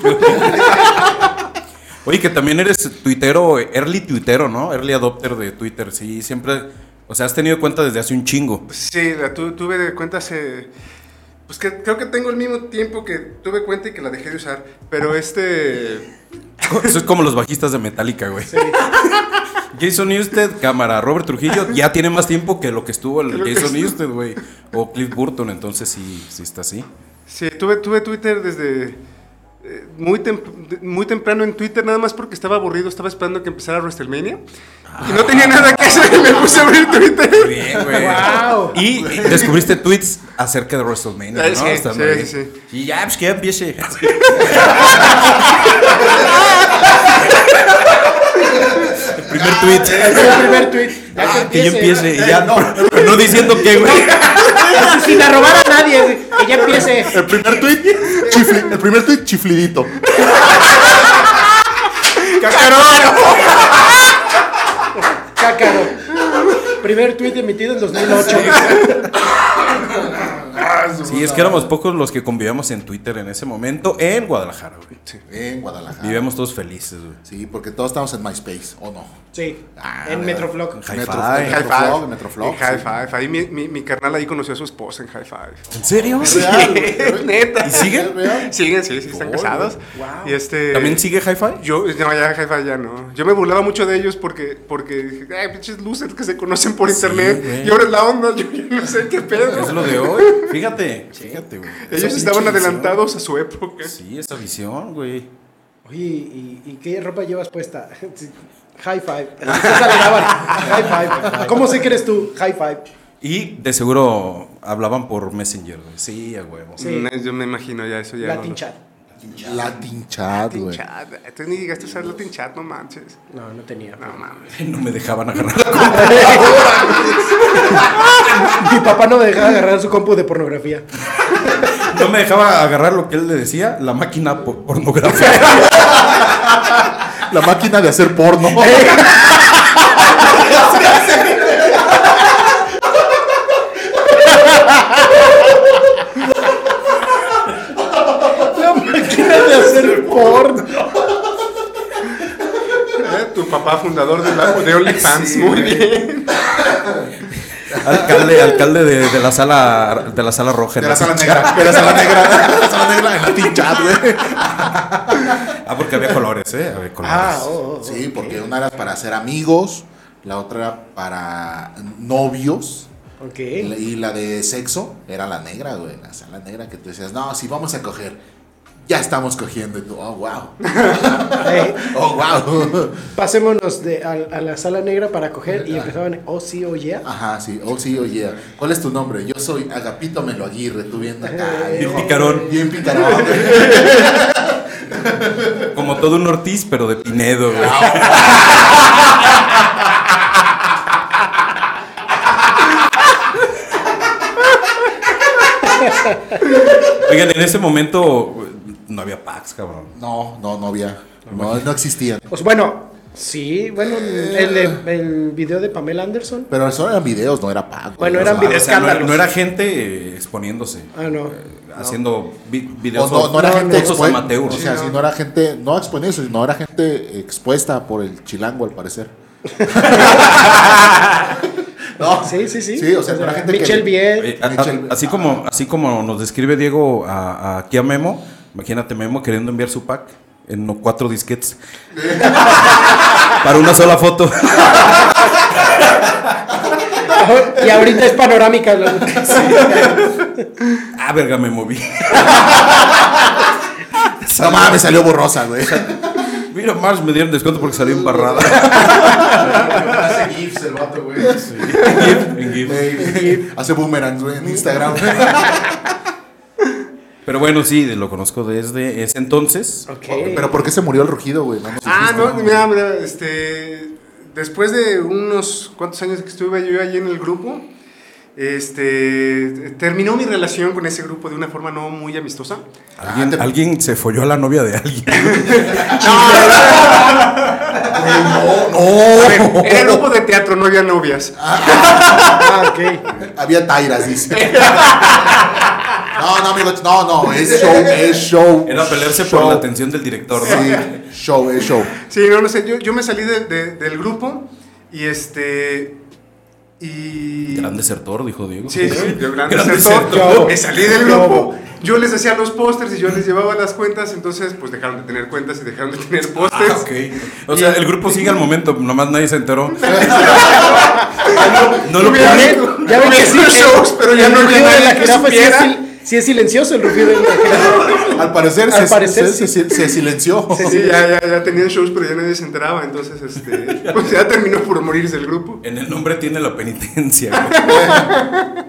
[SPEAKER 3] Oye, que también eres tuitero, early tuitero, ¿no? Early adopter de Twitter, sí, siempre. O sea, has tenido cuenta desde hace un chingo.
[SPEAKER 6] Sí, la tu- tuve de cuenta hace. Pues que, creo que tengo el mismo tiempo que tuve cuenta y que la dejé de usar. Pero este.
[SPEAKER 3] Eso es como los bajistas de Metallica, güey. Jason Newsted, cámara. Robert Trujillo ya tiene más tiempo que lo que estuvo el
[SPEAKER 6] Creo que
[SPEAKER 3] Jason
[SPEAKER 6] sí.
[SPEAKER 3] Newsted, güey. O Cliff Burton, entonces sí, sí está así.
[SPEAKER 6] Sí, tuve, tuve Twitter desde. eh, muy, tem- de- muy temprano en Twitter, nada más porque estaba aburrido, estaba esperando que empezara WrestleMania. Y no tenía nada que hacer y me puse a abrir Twitter.
[SPEAKER 3] Muy bien, güey.
[SPEAKER 4] Wow.
[SPEAKER 3] Y descubriste tweets acerca de WrestleMania,
[SPEAKER 6] Ah,
[SPEAKER 3] ¿no?
[SPEAKER 6] sí,
[SPEAKER 3] Está
[SPEAKER 6] sí,
[SPEAKER 3] muy bien.
[SPEAKER 6] sí,
[SPEAKER 3] Y ya, pues que ya empiece. El primer tweet.
[SPEAKER 4] Ese es el primer tweet. Ya
[SPEAKER 3] Ah, que ya empiece.
[SPEAKER 4] empiece.
[SPEAKER 3] Y ya, pero- pero no diciendo que, güey.
[SPEAKER 4] Así, Ah, sin arrobar a nadie, güey, que ya empiece.
[SPEAKER 5] El primer tweet, chifli- el primer tweet chiflidito.
[SPEAKER 4] Cácaro. Primer tweet emitido en 2008.
[SPEAKER 3] Sí, es que éramos pocos los que convivíamos en Twitter en ese momento en Guadalajara, güey.
[SPEAKER 5] En Guadalajara.
[SPEAKER 3] Vivíamos todos felices, güey.
[SPEAKER 5] Sí, porque todos estamos en MySpace, ¿o no?
[SPEAKER 4] Sí,
[SPEAKER 5] Ah,
[SPEAKER 4] en
[SPEAKER 5] ¿verdad?
[SPEAKER 4] Metroflog.
[SPEAKER 3] Hi-Fi.
[SPEAKER 5] Metro-
[SPEAKER 6] High
[SPEAKER 5] Metroflog,
[SPEAKER 6] five.
[SPEAKER 5] Metroflog.
[SPEAKER 6] En High
[SPEAKER 5] sí.
[SPEAKER 6] Five. Ahí mi, mi, mi carnal ahí conoció a su esposa en High Five.
[SPEAKER 3] ¿En serio?
[SPEAKER 5] Real, güey, real.
[SPEAKER 6] Neta.
[SPEAKER 3] ¿Y siguen?
[SPEAKER 5] ¿Es real?
[SPEAKER 6] Siguen, sí, sí, están
[SPEAKER 5] Wow,
[SPEAKER 6] casados. Y este.
[SPEAKER 3] ¿También sigue Hi-Fi?
[SPEAKER 6] Yo, no, ya, jefa, ya no. Yo me burlaba mucho de ellos porque, porque dije, ay, pinches losers que se conocen por internet.
[SPEAKER 3] güey.
[SPEAKER 6] Y ahora es la onda, yo ya no sé qué pedo.
[SPEAKER 3] Es lo de hoy. Fíjate, fíjate, güey. Esa
[SPEAKER 6] Ellos
[SPEAKER 3] pinche
[SPEAKER 6] estaban
[SPEAKER 3] visión.
[SPEAKER 6] adelantados a su época.
[SPEAKER 3] Sí, esa visión, güey.
[SPEAKER 4] Oye, ¿y, y qué ropa llevas puesta? Sí, High five. Esa la daban. High five. ¿Cómo sé que eres tú? High five.
[SPEAKER 3] Y de seguro hablaban por Messenger, güey. Sí, a huevo.
[SPEAKER 4] Sí.
[SPEAKER 6] Mm, Yo me imagino ya eso ya. no
[SPEAKER 4] Latin
[SPEAKER 6] lo-
[SPEAKER 4] chat.
[SPEAKER 5] Latin chat,
[SPEAKER 6] Latin
[SPEAKER 5] güey.
[SPEAKER 6] chat. Entonces ni llegaste a usar Latin chat, no manches.
[SPEAKER 4] No, no tenía.
[SPEAKER 6] No mames.
[SPEAKER 3] No me dejaban agarrar la copa.
[SPEAKER 4] Mi papá no me dejaba agarrar su compu de pornografía.
[SPEAKER 3] No me dejaba agarrar lo que él le decía, la máquina por- pornográfica.
[SPEAKER 5] La máquina de hacer porno.
[SPEAKER 4] Eh. La máquina de hacer porno.
[SPEAKER 6] Eh, Tu papá fundador de, la, de OnlyFans, muy bien.
[SPEAKER 3] Alcalde, alcalde de, de la sala de la sala roja. en
[SPEAKER 5] De la sala
[SPEAKER 3] pinche-
[SPEAKER 5] negra. De la sala negra. De la sala negra en Latin chat, güey.
[SPEAKER 3] Ah, porque había colores, eh. Había colores.
[SPEAKER 4] Ah, oh, oh,
[SPEAKER 5] Sí, porque una era para ser amigos, la otra era para novios.
[SPEAKER 4] oh. Ok.
[SPEAKER 5] Y la de sexo era la negra, güey. La sala negra que tú decías, no, si vamos a coger. Ya estamos cogiendo. Y tú, oh, wow.
[SPEAKER 4] Eh,
[SPEAKER 5] Oh, wow.
[SPEAKER 4] pasémonos de, a, a la sala negra para coger
[SPEAKER 5] Ah.
[SPEAKER 4] y empezaban, oh sí, oh yeah.
[SPEAKER 5] Ajá, sí. Oh, sí, oye. ¿Cuál es tu nombre? Yo soy Agapito Melo Aguirre. Tú viendo acá.
[SPEAKER 4] Eh,
[SPEAKER 5] viejo.
[SPEAKER 3] Bien picarón.
[SPEAKER 5] Bien picarón.
[SPEAKER 3] Como todo un Ortiz, pero de Pinedo, güey.
[SPEAKER 5] Ah,
[SPEAKER 3] Oigan, en ese momento güey, no había packs, cabrón.
[SPEAKER 5] No, no, no había. No, no existían.
[SPEAKER 4] Pues bueno, sí, bueno, el, de- el video de Pamela Anderson.
[SPEAKER 5] Pero eso eran videos, no era pago.
[SPEAKER 4] Bueno,
[SPEAKER 5] O
[SPEAKER 4] eran
[SPEAKER 5] sea,
[SPEAKER 3] O sea, no, era,
[SPEAKER 4] escándalos.
[SPEAKER 3] no era gente eh, exponiéndose,
[SPEAKER 4] Ah, no.
[SPEAKER 3] haciendo vi-
[SPEAKER 5] O
[SPEAKER 3] videos
[SPEAKER 5] no, no era
[SPEAKER 4] no,
[SPEAKER 5] gente
[SPEAKER 4] no.
[SPEAKER 3] fotos
[SPEAKER 5] expuesta.
[SPEAKER 3] amateur.
[SPEAKER 5] O sea, si no era gente, no exponiéndose, sino era gente expuesta por el chilango, al parecer. no,
[SPEAKER 4] Sí, sí, sí.
[SPEAKER 5] Sí, o sea, para gente que-
[SPEAKER 4] Michelle Biel.
[SPEAKER 3] Eh, a- a-
[SPEAKER 5] Mitchell-
[SPEAKER 3] así, como, así como nos describe Diego a- a- aquí a Memo, imagínate Memo queriendo enviar su pack en no- cuatro disquetes. Para una sola foto.
[SPEAKER 4] Y ahorita es panorámica. la-
[SPEAKER 3] ah, verga, me moví.
[SPEAKER 5] No mames, salió borrosa, güey.
[SPEAKER 3] Mira, Mars me dieron descuento porque salí embarrada.
[SPEAKER 7] Hace gifs el vato, güey.
[SPEAKER 3] En GIF, en GIF.
[SPEAKER 5] Hace boomerang güey, en Instagram.
[SPEAKER 3] Pero bueno, sí, lo conozco desde ese entonces.
[SPEAKER 4] Ok.
[SPEAKER 5] Pero ¿por qué se murió el rugido, güey? No nos
[SPEAKER 6] Ah,
[SPEAKER 5] dijiste,
[SPEAKER 6] no, mira, mira, este. Después de unos cuantos años que estuve yo allí en el grupo, este. Terminó mi relación con ese grupo de una forma no muy amistosa.
[SPEAKER 3] Alguien,
[SPEAKER 5] Ah, te-
[SPEAKER 3] alguien se folló a la novia de alguien.
[SPEAKER 5] No,
[SPEAKER 6] Era el grupo de teatro, no había novias.
[SPEAKER 4] Ah, ok.
[SPEAKER 5] Había Tairas, dice. No, no, amigo, no, no, es show, es show.
[SPEAKER 3] Era pelearse por
[SPEAKER 5] show.
[SPEAKER 3] la atención del director. ¿no?
[SPEAKER 5] Sí, show, es show.
[SPEAKER 6] Sí, no, no sé, yo, yo me salí de- de- del grupo y este. Y.
[SPEAKER 3] Gran desertor, dijo Diego.
[SPEAKER 6] Sí, sí, yo gran
[SPEAKER 3] Gran
[SPEAKER 6] desertor.
[SPEAKER 3] desertor.
[SPEAKER 6] Me salí
[SPEAKER 4] Yo.
[SPEAKER 6] del grupo. Yo les hacía los pósters y yo les llevaba las cuentas, entonces pues dejaron de tener cuentas y dejaron de tener pósters.
[SPEAKER 3] Ah, ok. O sea, el grupo sigue al momento, nomás nadie se enteró. No lo
[SPEAKER 6] Hubiera-
[SPEAKER 3] publico.
[SPEAKER 4] Ya ven que
[SPEAKER 6] hubiera
[SPEAKER 4] sí,
[SPEAKER 6] hecho shows, pero ya
[SPEAKER 4] el
[SPEAKER 6] no había
[SPEAKER 4] rugido de
[SPEAKER 6] nadie
[SPEAKER 4] la
[SPEAKER 6] que
[SPEAKER 4] jirafa sí es
[SPEAKER 6] supiera.
[SPEAKER 4] el- Sí es silencioso el rugido del
[SPEAKER 5] Al parecer,
[SPEAKER 4] Al
[SPEAKER 5] se,
[SPEAKER 4] parecer,
[SPEAKER 5] se- se- se silenció.
[SPEAKER 6] Sí, ya, ya, ya tenían shows, pero ya nadie se enteraba. Entonces, este, pues ya terminó por morirse el grupo.
[SPEAKER 3] En el nombre tiene la penitencia. güey.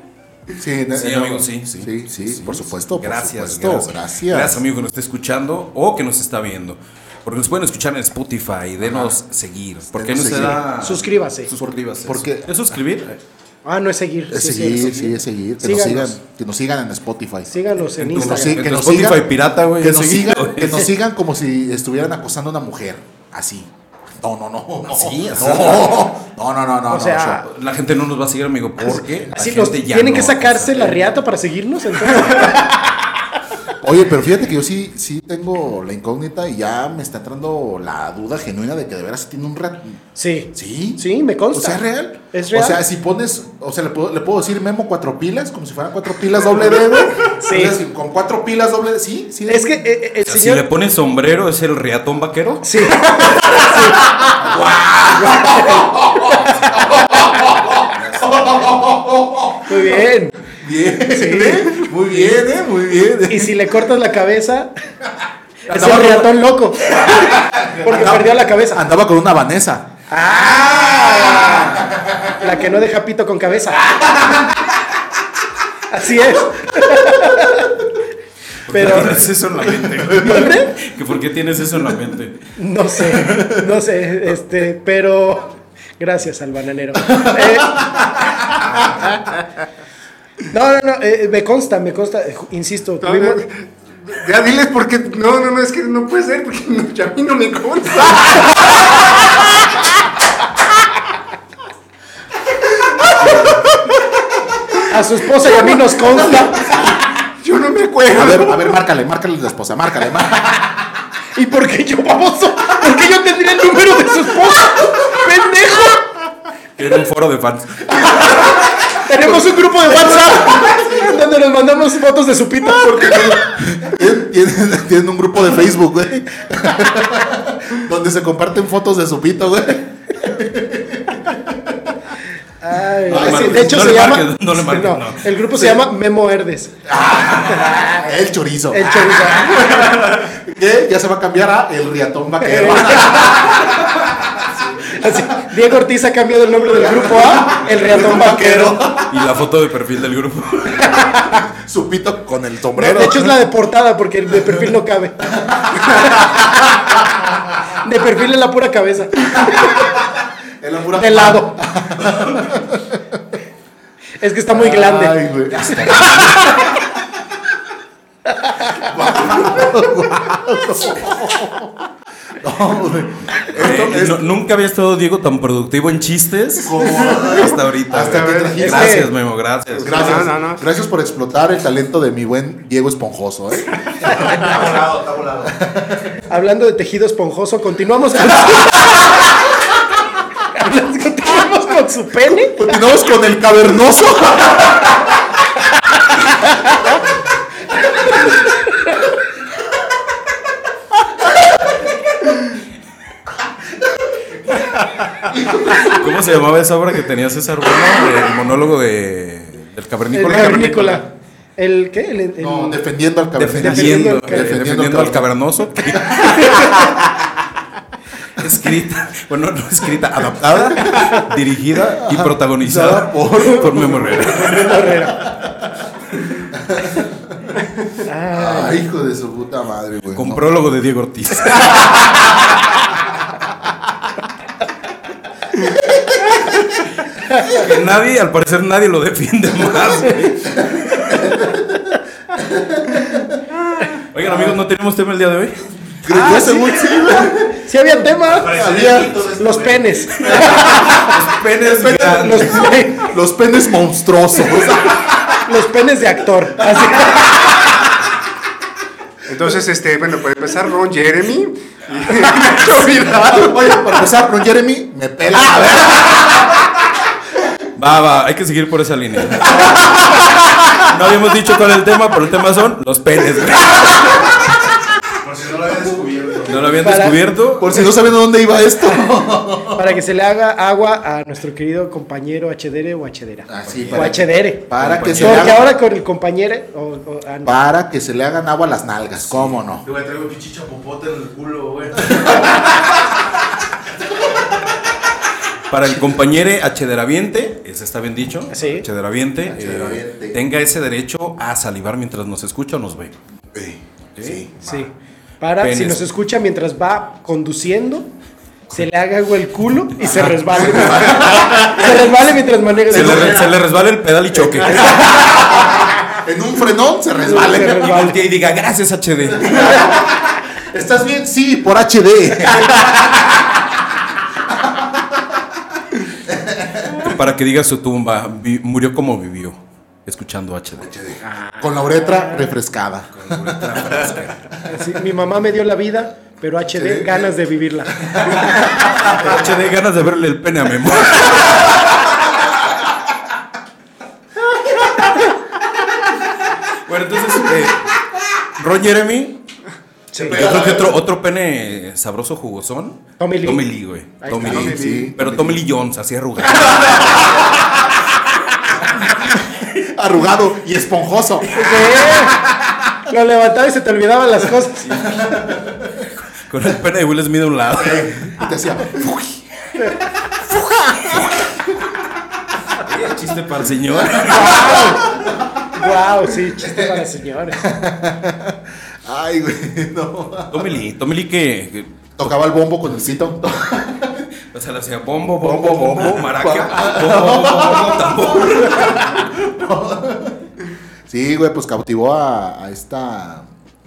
[SPEAKER 5] Sí, no,
[SPEAKER 3] Sí,
[SPEAKER 5] no.
[SPEAKER 3] amigo, sí, sí.
[SPEAKER 5] Sí, sí, por supuesto. por
[SPEAKER 3] Gracias,
[SPEAKER 5] supuesto.
[SPEAKER 3] gracias.
[SPEAKER 5] Gracias.
[SPEAKER 3] Gracias, amigo, que nos está escuchando o que nos está viendo. Porque nos pueden escuchar en Spotify, denos seguir. ¿Por qué no
[SPEAKER 5] Denos
[SPEAKER 3] se
[SPEAKER 5] seguir.
[SPEAKER 3] da?
[SPEAKER 4] Suscríbase.
[SPEAKER 3] Suscríbase.
[SPEAKER 5] Porque-
[SPEAKER 3] ¿Es suscribir?
[SPEAKER 4] Ah, no es seguir.
[SPEAKER 5] Es
[SPEAKER 4] sí es
[SPEAKER 5] seguir,
[SPEAKER 4] cierto,
[SPEAKER 5] sí, es seguir. Que
[SPEAKER 4] Síganos.
[SPEAKER 5] nos sigan, que nos sigan en Spotify.
[SPEAKER 4] Síganos en
[SPEAKER 3] En tu
[SPEAKER 5] Que nos,
[SPEAKER 4] Instagram.
[SPEAKER 5] sig- que
[SPEAKER 3] En
[SPEAKER 5] nos
[SPEAKER 3] Spotify
[SPEAKER 5] sigan,
[SPEAKER 3] pirata, güey,
[SPEAKER 5] Que
[SPEAKER 3] es
[SPEAKER 5] nos,
[SPEAKER 3] seguir,
[SPEAKER 5] sigan,
[SPEAKER 3] güey.
[SPEAKER 5] que nos sigan como si estuvieran acosando a una mujer. Así. No, no, no. no
[SPEAKER 3] Así, así.
[SPEAKER 5] No, no, no, no. no,
[SPEAKER 4] O sea,
[SPEAKER 5] no.
[SPEAKER 3] La gente no nos va a seguir, amigo, porque la
[SPEAKER 4] Así pues, nos
[SPEAKER 3] gente ya
[SPEAKER 4] tienen
[SPEAKER 3] no
[SPEAKER 4] que sacarse
[SPEAKER 3] usa.
[SPEAKER 4] la riata para seguirnos entonces.
[SPEAKER 5] Oye, pero fíjate que yo sí, sí tengo la incógnita y ya me está entrando la duda genuina de que de veras tiene un rat.
[SPEAKER 4] Sí.
[SPEAKER 5] Sí.
[SPEAKER 4] Sí, me consta.
[SPEAKER 5] O sea, es real.
[SPEAKER 4] Es real.
[SPEAKER 5] O sea, si pones, o sea, le puedo, le puedo decir Memo cuatro pilas, como si fueran cuatro pilas doble D, güey.
[SPEAKER 4] Sí.
[SPEAKER 5] Entonces, con cuatro pilas doble D, sí, sí.
[SPEAKER 4] es que eh, eh, el
[SPEAKER 3] O sea,
[SPEAKER 4] señor
[SPEAKER 3] Si le pones sombrero, ¿es el riatón vaquero?
[SPEAKER 4] Sí. Muy bien.
[SPEAKER 5] Bien, ¿eh? muy bien, ¿eh? Muy bien.
[SPEAKER 4] Y si le cortas la cabeza, es
[SPEAKER 5] Andaba
[SPEAKER 4] un
[SPEAKER 5] con-
[SPEAKER 4] riatón loco. Porque
[SPEAKER 5] Andaba-
[SPEAKER 4] perdió la cabeza.
[SPEAKER 5] Andaba con una Vanessa.
[SPEAKER 3] ¡Ah!
[SPEAKER 4] La que no deja pito con cabeza. Así es. Pero
[SPEAKER 3] tienes eso en la mente. güey? ¿Que ¿Por qué tienes eso en la mente?
[SPEAKER 4] no sé, no sé, este, pero gracias al bananero. Eh, no, no, no, eh, me consta, me consta, eh, insisto,
[SPEAKER 6] No, no,
[SPEAKER 4] tuvimos,
[SPEAKER 6] ya diles por qué. No, no, no, es que no puede ser, porque no, ya a mí no me consta.
[SPEAKER 4] A su esposa y a mí nos consta.
[SPEAKER 6] Yo no me acuerdo.
[SPEAKER 5] A ver, a ver, márcale, márcale la esposa, márcale, márcale.
[SPEAKER 4] ¿Y por qué yo, baboso? ¿Por qué yo tendría el número de su esposa? ¡Pendejo!
[SPEAKER 3] Tiene un foro de fans.
[SPEAKER 4] Tenemos un grupo de WhatsApp donde nos mandamos fotos de su pita. Porque...
[SPEAKER 5] Tienen, tienen- tienen un grupo de Facebook, güey. Donde se comparten fotos de su pito, güey.
[SPEAKER 4] Ay,
[SPEAKER 3] No
[SPEAKER 4] sí,
[SPEAKER 3] le
[SPEAKER 4] de
[SPEAKER 3] marques,
[SPEAKER 4] hecho
[SPEAKER 3] no
[SPEAKER 4] se
[SPEAKER 3] le
[SPEAKER 4] llama.
[SPEAKER 3] marques, no le marques, no.
[SPEAKER 4] El grupo se llama Memo Herdes.
[SPEAKER 5] El chorizo.
[SPEAKER 4] El chorizo.
[SPEAKER 5] Que ya se va a cambiar a el riatón vaquero.
[SPEAKER 4] Así, Diego Ortiz ha cambiado el nombre del grupo a El Riatón Vaquero.
[SPEAKER 3] Y la foto de perfil del grupo.
[SPEAKER 5] Su pito con el sombrero.
[SPEAKER 4] De hecho es la de portada porque el de perfil no cabe. De perfil es la pura cabeza.
[SPEAKER 5] El amor a-
[SPEAKER 4] de lado. es que está muy grande.
[SPEAKER 5] Ay, güey. No, güey. Esto
[SPEAKER 3] Eh,
[SPEAKER 5] es
[SPEAKER 3] no- nunca había estado Diego tan productivo en chistes
[SPEAKER 5] como-
[SPEAKER 3] hasta ahorita.
[SPEAKER 5] Hasta
[SPEAKER 3] güey.
[SPEAKER 5] que trajiste.
[SPEAKER 3] Gracias, Memo, gracias.
[SPEAKER 5] Gracias.
[SPEAKER 6] No, no, no.
[SPEAKER 5] Gracias por explotar el talento de mi buen Diego Esponjoso, ¿eh?
[SPEAKER 7] Está volado, está volado.
[SPEAKER 4] Hablando de tejido esponjoso, continuamos con su... continuamos con su pene.
[SPEAKER 5] Continuamos con el cavernoso.
[SPEAKER 3] ¿Cómo se llamaba esa obra que tenía César Bueno? El monólogo de, del
[SPEAKER 4] El
[SPEAKER 3] cavernícola.
[SPEAKER 4] cavernícola. Ah, ¿El qué? El, el-
[SPEAKER 5] No, defendiendo al cavernoso.
[SPEAKER 3] Defendiendo,
[SPEAKER 4] Defendiendo al
[SPEAKER 3] eh, defendiendo al cavernoso. escrita, bueno, no escrita, adaptada, dirigida y protagonizada por, por Memo Herrera.
[SPEAKER 5] Ay, Ah, hijo de su puta madre, güey.
[SPEAKER 3] Con
[SPEAKER 5] No.
[SPEAKER 3] prólogo de Diego Ortiz. Que nadie, al parecer nadie lo defiende más. güey. Oigan amigos, ¿no tenemos tema el día de hoy?
[SPEAKER 5] Creo que según sí, güey.
[SPEAKER 4] Sí había tema.
[SPEAKER 5] Había
[SPEAKER 4] Los penes.
[SPEAKER 3] Penes
[SPEAKER 4] Los,
[SPEAKER 3] grandes.
[SPEAKER 4] pe-
[SPEAKER 5] los penes monstruosos.
[SPEAKER 4] los penes de actor. Así-
[SPEAKER 6] Entonces, este, bueno, para empezar, Ron Jeremy.
[SPEAKER 5] Oye, para empezar, con Jeremy, me pela.
[SPEAKER 4] Ah,
[SPEAKER 5] A ver,
[SPEAKER 3] Va, va, hay que seguir por esa línea. No habíamos dicho cuál es el tema, pero el tema son los penes. güey.
[SPEAKER 7] Por si no lo había descubierto.
[SPEAKER 3] No lo habían
[SPEAKER 4] Para-
[SPEAKER 3] descubierto.
[SPEAKER 5] Por si no saben a dónde iba esto.
[SPEAKER 4] Para que se le haga agua a nuestro querido compañero HDR o HDera.
[SPEAKER 5] Así,
[SPEAKER 4] o
[SPEAKER 5] Ah, para, que,
[SPEAKER 4] HDR.
[SPEAKER 5] para, que se le
[SPEAKER 4] Porque
[SPEAKER 5] haga-
[SPEAKER 4] ahora con el compañero. o- o- ah, no.
[SPEAKER 5] para que se le hagan agua a las nalgas, ¿cómo no?
[SPEAKER 7] Yo me traigo pichicha popota en el culo, güey.
[SPEAKER 3] Para el compañero Achederaviente, ese está bien dicho,
[SPEAKER 4] Sí.
[SPEAKER 3] Achederaviente, eh,
[SPEAKER 5] Achederaviente.
[SPEAKER 3] tenga ese derecho a salivar mientras nos escucha o nos ve.
[SPEAKER 5] Sí.
[SPEAKER 4] Sí. Para, si
[SPEAKER 3] Penes.
[SPEAKER 4] nos escucha mientras va conduciendo, se le haga agua el culo y se resbale. se resbale mientras maneja.
[SPEAKER 3] Se le, re- se le resbala el pedal y choque. y
[SPEAKER 5] En un frenón se
[SPEAKER 4] Se
[SPEAKER 5] resbala.
[SPEAKER 4] resbale.
[SPEAKER 3] voltea y diga, gracias HD.
[SPEAKER 5] ¿Estás bien? Sí, por HD.
[SPEAKER 3] Para que diga su tumba, vi- murió como vivió, escuchando HD.
[SPEAKER 5] Con la uretra refrescada.
[SPEAKER 4] Así, mi mamá me dio la vida, pero HD, ganas de vivirla.
[SPEAKER 3] HD, ganas de verle el pene a Memo. bueno, entonces, eh, Ron Jeremy,
[SPEAKER 4] Sí.
[SPEAKER 3] Yo creo que otro, otro pene sabroso jugosón.
[SPEAKER 4] Tommy Lee.
[SPEAKER 3] Tommy Lee, güey.
[SPEAKER 4] Ahí
[SPEAKER 3] Tommy
[SPEAKER 4] está.
[SPEAKER 3] Lee.
[SPEAKER 6] Tommy Lee.
[SPEAKER 3] Pero Tommy Lee Jones, así arrugado.
[SPEAKER 5] Arrugado y esponjoso.
[SPEAKER 4] Sí. Lo levantaba y se te olvidaban las cosas.
[SPEAKER 3] con el pene de Will Smith a un lado.
[SPEAKER 5] Y te hacía. "Uy".
[SPEAKER 3] Qué chiste para el señor.
[SPEAKER 4] Wow, sí, chiste para señores.
[SPEAKER 5] Ay, güey, no.
[SPEAKER 3] Tommy Lee. Tommy Lee que, que,
[SPEAKER 5] Tocaba el bombo con el cito.
[SPEAKER 3] O sea, le hacía bombo, bombo, bombo, maraca. Bombo, bombo, bombo, tambor.
[SPEAKER 5] Sí, güey, pues cautivó a, a esta.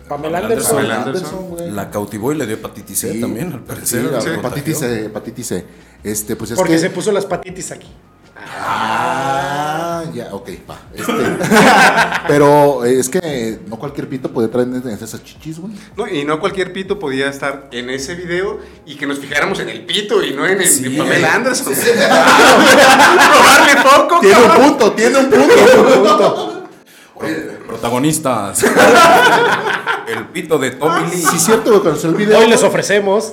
[SPEAKER 4] Pamela Anderson.
[SPEAKER 3] Pamela
[SPEAKER 5] Anderson, güey.
[SPEAKER 3] La cautivó y le dio hepatitis C
[SPEAKER 5] Sí.
[SPEAKER 3] también, al parecer.
[SPEAKER 5] Sí, la
[SPEAKER 3] Sí.
[SPEAKER 5] hepatitis C, hepatitis C. Este, pues es
[SPEAKER 4] Porque
[SPEAKER 5] que.
[SPEAKER 4] se puso las patitis aquí.
[SPEAKER 5] Ah, ya, ok, va. Este, pero eh, es que no cualquier pito puede traer esas chichis, güey.
[SPEAKER 6] No, y no cualquier pito podía estar en ese video y que nos fijáramos en el pito y no en el
[SPEAKER 3] Sí.
[SPEAKER 6] de Pamela Anderson. Probarle poco,
[SPEAKER 5] Tiene un
[SPEAKER 6] cabrón.
[SPEAKER 5] punto, tiene un punto.
[SPEAKER 3] Protagonistas. el pito de Tommy Lee.
[SPEAKER 5] Ah, Sí, cierto, güey, cuando se el video.
[SPEAKER 4] Hoy les ofrecemos.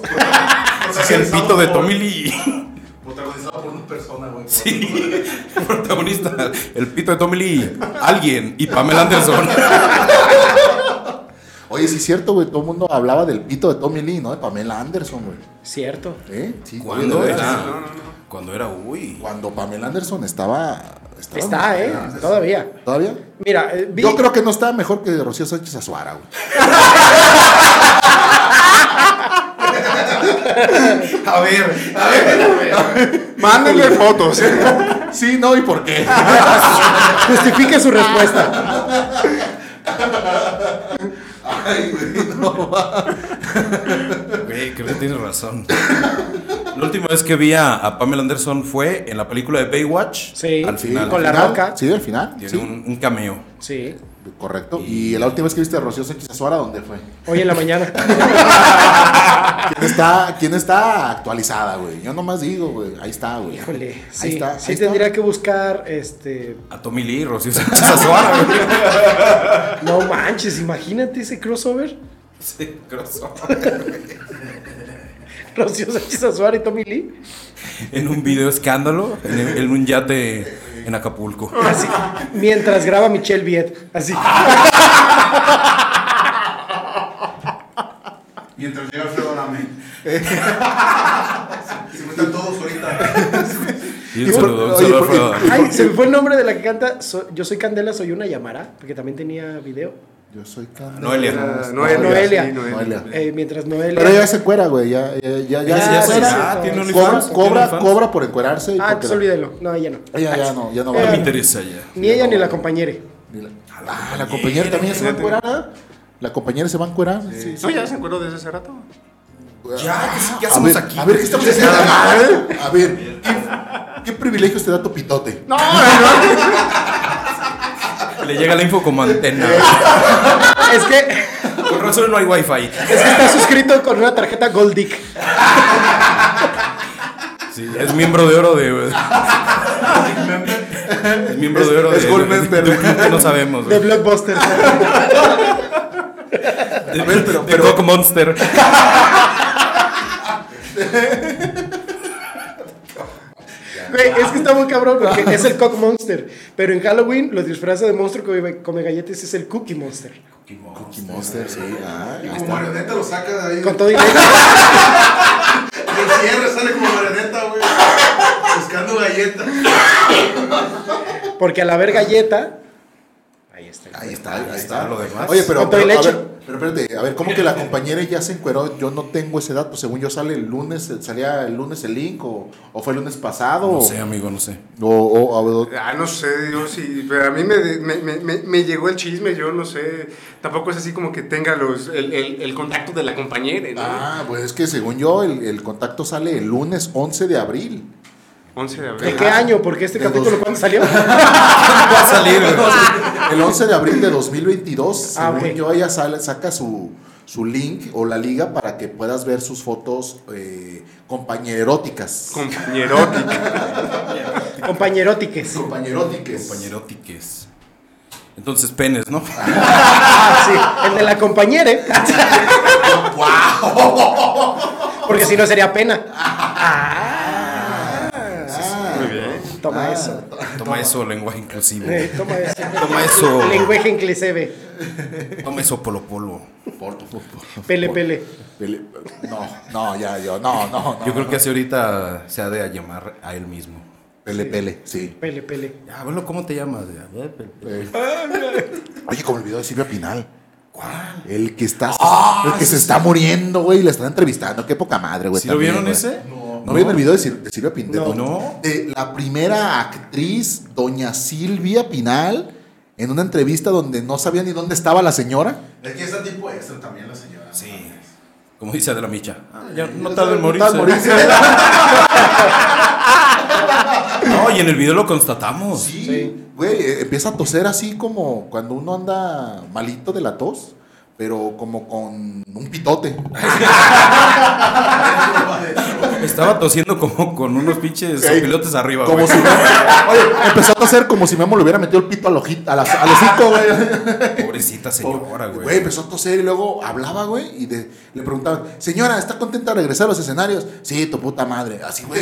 [SPEAKER 3] Sí, el pito de Tommy Lee.
[SPEAKER 7] Protagonizado por una persona, güey.
[SPEAKER 3] Sí, protagonista, el pito de Tommy Lee, alguien y Pamela Anderson.
[SPEAKER 5] Oye, sí, cierto, güey. Todo el mundo hablaba del pito de Tommy Lee, ¿no? De Pamela Anderson, güey.
[SPEAKER 4] Cierto.
[SPEAKER 5] ¿Eh? Sí, güey,
[SPEAKER 3] ¿Cuándo
[SPEAKER 5] de veras.
[SPEAKER 3] era? Cuando era, uy.
[SPEAKER 5] Cuando Pamela Anderson estaba. estaba
[SPEAKER 4] Está, ¿eh? Todavía.
[SPEAKER 5] ¿Todavía?
[SPEAKER 4] Mira, eh, vi-
[SPEAKER 5] Yo creo que no está mejor que Rocío Sánchez Azuara, güey.
[SPEAKER 7] A ver, a ver, a ver.
[SPEAKER 6] Mándenle fotos.
[SPEAKER 5] Sí, no, ¿y por qué?
[SPEAKER 4] justifique su respuesta.
[SPEAKER 5] Ay, güey, no.
[SPEAKER 3] Güey, creo que tienes razón. La última vez que vi a, a Pamela Anderson fue en la película de Baywatch.
[SPEAKER 4] Sí,
[SPEAKER 3] al final.
[SPEAKER 4] con la
[SPEAKER 5] ¿Final?
[SPEAKER 4] roca.
[SPEAKER 5] Sí, al final.
[SPEAKER 3] Tiene
[SPEAKER 5] Sí,
[SPEAKER 3] un, un cameo.
[SPEAKER 4] Sí.
[SPEAKER 5] correcto. ¿Y la última vez que viste a Rocío Sánchez Azuara, dónde fue?
[SPEAKER 4] Hoy en la mañana.
[SPEAKER 5] ¿Quién está, quién está actualizada, güey? Yo nomás digo, güey. Ahí está, güey.
[SPEAKER 4] Híjole, sí.
[SPEAKER 5] ahí está.
[SPEAKER 4] sí
[SPEAKER 5] ahí está.
[SPEAKER 4] tendría que buscar este.
[SPEAKER 3] A Tommy Lee, Rocío Sánchez Azuara. güey.
[SPEAKER 4] No manches, imagínate ese crossover.
[SPEAKER 3] Sí, crossover.
[SPEAKER 4] Rocío Sánchez Azuara y Tommy Lee.
[SPEAKER 3] en un video escándalo, en, en un yate en Acapulco.
[SPEAKER 4] Así, mientras graba Michelle Viet. Así.
[SPEAKER 7] Mientras llega Alfredo Adame. Se metan todos ahorita.
[SPEAKER 3] Y
[SPEAKER 5] Y
[SPEAKER 3] un
[SPEAKER 5] por-
[SPEAKER 3] saludo, un saludo a
[SPEAKER 5] oye, por-
[SPEAKER 3] Alfredo Adame.
[SPEAKER 4] Ay, se me fue el nombre de la que canta So- Yo soy Candela, soy una llamará. Porque también tenía video.
[SPEAKER 5] Yo soy Candela.
[SPEAKER 3] Noelia.
[SPEAKER 6] Ah, Noelia.
[SPEAKER 4] Noelia.
[SPEAKER 6] sí, Noelia.
[SPEAKER 5] Noelia.
[SPEAKER 4] Eh, mientras Noelia.
[SPEAKER 5] Pero ya se cuera, güey. Ya, ya, ya, ya,
[SPEAKER 4] Ah,
[SPEAKER 5] se
[SPEAKER 3] Ya se-
[SPEAKER 5] cuera.
[SPEAKER 4] sí,
[SPEAKER 3] ah, tiene
[SPEAKER 4] sí.
[SPEAKER 5] Cobra,
[SPEAKER 3] OnlyFans. tiene
[SPEAKER 5] cobra,
[SPEAKER 3] OnlyFans.
[SPEAKER 5] cobra por encuerarse.
[SPEAKER 4] Ah,
[SPEAKER 5] y porque
[SPEAKER 4] entonces
[SPEAKER 5] la-
[SPEAKER 4] olvídelo. No, ella no.
[SPEAKER 5] Ella ya no, ya no
[SPEAKER 4] Eh,
[SPEAKER 5] va.
[SPEAKER 3] No me interesa ya.
[SPEAKER 4] Ni ella ni la compañera.
[SPEAKER 5] Ni la- Ah, la compañera también se va a encuerar, ¿ah? La compañera se va a encuerar. Sí.
[SPEAKER 6] No, ya se acuerdo desde hace rato.
[SPEAKER 3] Ya, ¿qué, qué
[SPEAKER 5] A
[SPEAKER 3] hacemos
[SPEAKER 5] ver,
[SPEAKER 3] aquí?
[SPEAKER 5] a ver, ¿qué estamos haciendo? A ver, a ver, ¿qué, qué privilegios te da tu pitote?
[SPEAKER 6] No, no,
[SPEAKER 3] Le llega la info como antena.
[SPEAKER 4] Es que.
[SPEAKER 3] Con razón no hay wifi.
[SPEAKER 4] Es que está suscrito con una tarjeta Gold Dick.
[SPEAKER 3] Sí, es miembro de oro de. es miembro de oro
[SPEAKER 5] Es-
[SPEAKER 3] de.
[SPEAKER 5] es Gold
[SPEAKER 3] de- de-
[SPEAKER 5] member.
[SPEAKER 3] de- no sabemos.
[SPEAKER 4] De
[SPEAKER 3] güey.
[SPEAKER 4] Blockbuster.
[SPEAKER 3] De,
[SPEAKER 5] ver, pero-
[SPEAKER 3] de Cock Monster.
[SPEAKER 4] Güey, es que está muy cabrón porque es el Cock Monster. Pero en Halloween lo disfraza de monstruo que come galletas es el Cookie Monster.
[SPEAKER 5] Cookie Monster, sí. Ah, ahí
[SPEAKER 7] Como
[SPEAKER 5] está.
[SPEAKER 7] marioneta lo saca de ahí.
[SPEAKER 4] Con todo dinero.
[SPEAKER 7] Lo cierra, sale como marioneta, güey. Buscando galletas.
[SPEAKER 4] Porque a la ver galleta. Ahí está.
[SPEAKER 5] Ahí está, ahí
[SPEAKER 3] está
[SPEAKER 5] está.
[SPEAKER 3] lo demás.
[SPEAKER 5] Oye, pero,
[SPEAKER 4] Con todo y
[SPEAKER 5] pero, a
[SPEAKER 4] leche.
[SPEAKER 5] ver, pero espérate, a ver, ¿cómo que la compañera ya se encueró? Yo no tengo esa edad, pues según yo sale el lunes, eh, salía el lunes el link, o, o fue el lunes pasado,
[SPEAKER 3] No
[SPEAKER 5] o,
[SPEAKER 3] sé, amigo, no sé.
[SPEAKER 5] o, o- o-
[SPEAKER 6] Ah, no sé, yo sí, pero a mí me, me, me- me- me llegó el chisme, yo no sé, tampoco es así como que tenga los, el, el- el contacto de la compañera, ¿no?
[SPEAKER 5] Ah, pues es que según yo el, el contacto sale el lunes 11 de abril.
[SPEAKER 6] 11 de
[SPEAKER 4] ¿De
[SPEAKER 6] abril.
[SPEAKER 4] qué año? Porque este
[SPEAKER 5] De dos.
[SPEAKER 4] capítulo cuándo salió.
[SPEAKER 3] Va a salir,
[SPEAKER 5] El 11 de abril de 2022,
[SPEAKER 4] Ah,
[SPEAKER 5] según
[SPEAKER 4] ok.
[SPEAKER 5] yo, ella sale, saca su, su link o la liga para que puedas ver sus fotos eh, compañeróticas.
[SPEAKER 6] Compañerótica.
[SPEAKER 4] Compañerótiques.
[SPEAKER 5] compañeróticas.
[SPEAKER 3] Compañerotiques. Entonces, penes, ¿no?
[SPEAKER 4] Ah, sí. El de la compañera. ¿eh? Porque si no sería pena.
[SPEAKER 5] Ah,
[SPEAKER 4] Toma
[SPEAKER 5] Ah.
[SPEAKER 4] eso.
[SPEAKER 3] Toma eso, lenguaje inclusivo.
[SPEAKER 4] Eh, toma eso.
[SPEAKER 3] Toma eso.
[SPEAKER 4] Lenguaje inclusive.
[SPEAKER 3] Toma eso, polo polo.
[SPEAKER 5] por- por- por-
[SPEAKER 4] Pele,
[SPEAKER 5] por-
[SPEAKER 4] pele.
[SPEAKER 5] pele- No, no, ya, yo, no, no, no.
[SPEAKER 3] Yo creo que hace ahorita se ha de llamar a él mismo.
[SPEAKER 5] Pele, pele, sí.
[SPEAKER 4] Pele, pele.
[SPEAKER 3] Ya, bueno, ¿cómo te llamas? Ya, ya, pe- pe-
[SPEAKER 5] Oye, como olvidó de Silvia Pinal. ¿Cuál? El que está, el que se está muriendo, güey, y la están entrevistando. Qué poca madre, güey.
[SPEAKER 3] ¿Sí lo
[SPEAKER 5] también,
[SPEAKER 3] vieron
[SPEAKER 5] güey.
[SPEAKER 3] ese?
[SPEAKER 5] No, ¿No vieron el video de, Sil- de Silvia Pinal.
[SPEAKER 4] No.
[SPEAKER 3] No.
[SPEAKER 5] De la primera actriz, doña Silvia Pinal, en una entrevista donde no sabía ni dónde estaba la señora.
[SPEAKER 7] Es que está tipo extra también la señora.
[SPEAKER 3] Sí. Como dice de la micha. Ah, ya, no
[SPEAKER 5] No
[SPEAKER 3] tarda en
[SPEAKER 5] tarda- no
[SPEAKER 3] morirse.
[SPEAKER 5] tarda en morirse.
[SPEAKER 3] No, y en el video lo constatamos.
[SPEAKER 5] Sí, güey, eh, empieza a toser así como cuando uno anda malito de la tos, pero como con un pitote.
[SPEAKER 3] Estaba tosiendo como con unos pinches
[SPEAKER 5] Ey,
[SPEAKER 3] pilotes arriba,
[SPEAKER 5] Como
[SPEAKER 3] güey.
[SPEAKER 5] si Oye, empezó a toser como si Memo le hubiera metido el pito al ojito, a las, al hocico, güey.
[SPEAKER 3] Pobrecita señora, güey.
[SPEAKER 5] Güey, empezó a toser y luego hablaba, güey, y de- le preguntaban, señora, ¿está contenta de regresar a los escenarios? Sí, tu puta madre. Así, güey.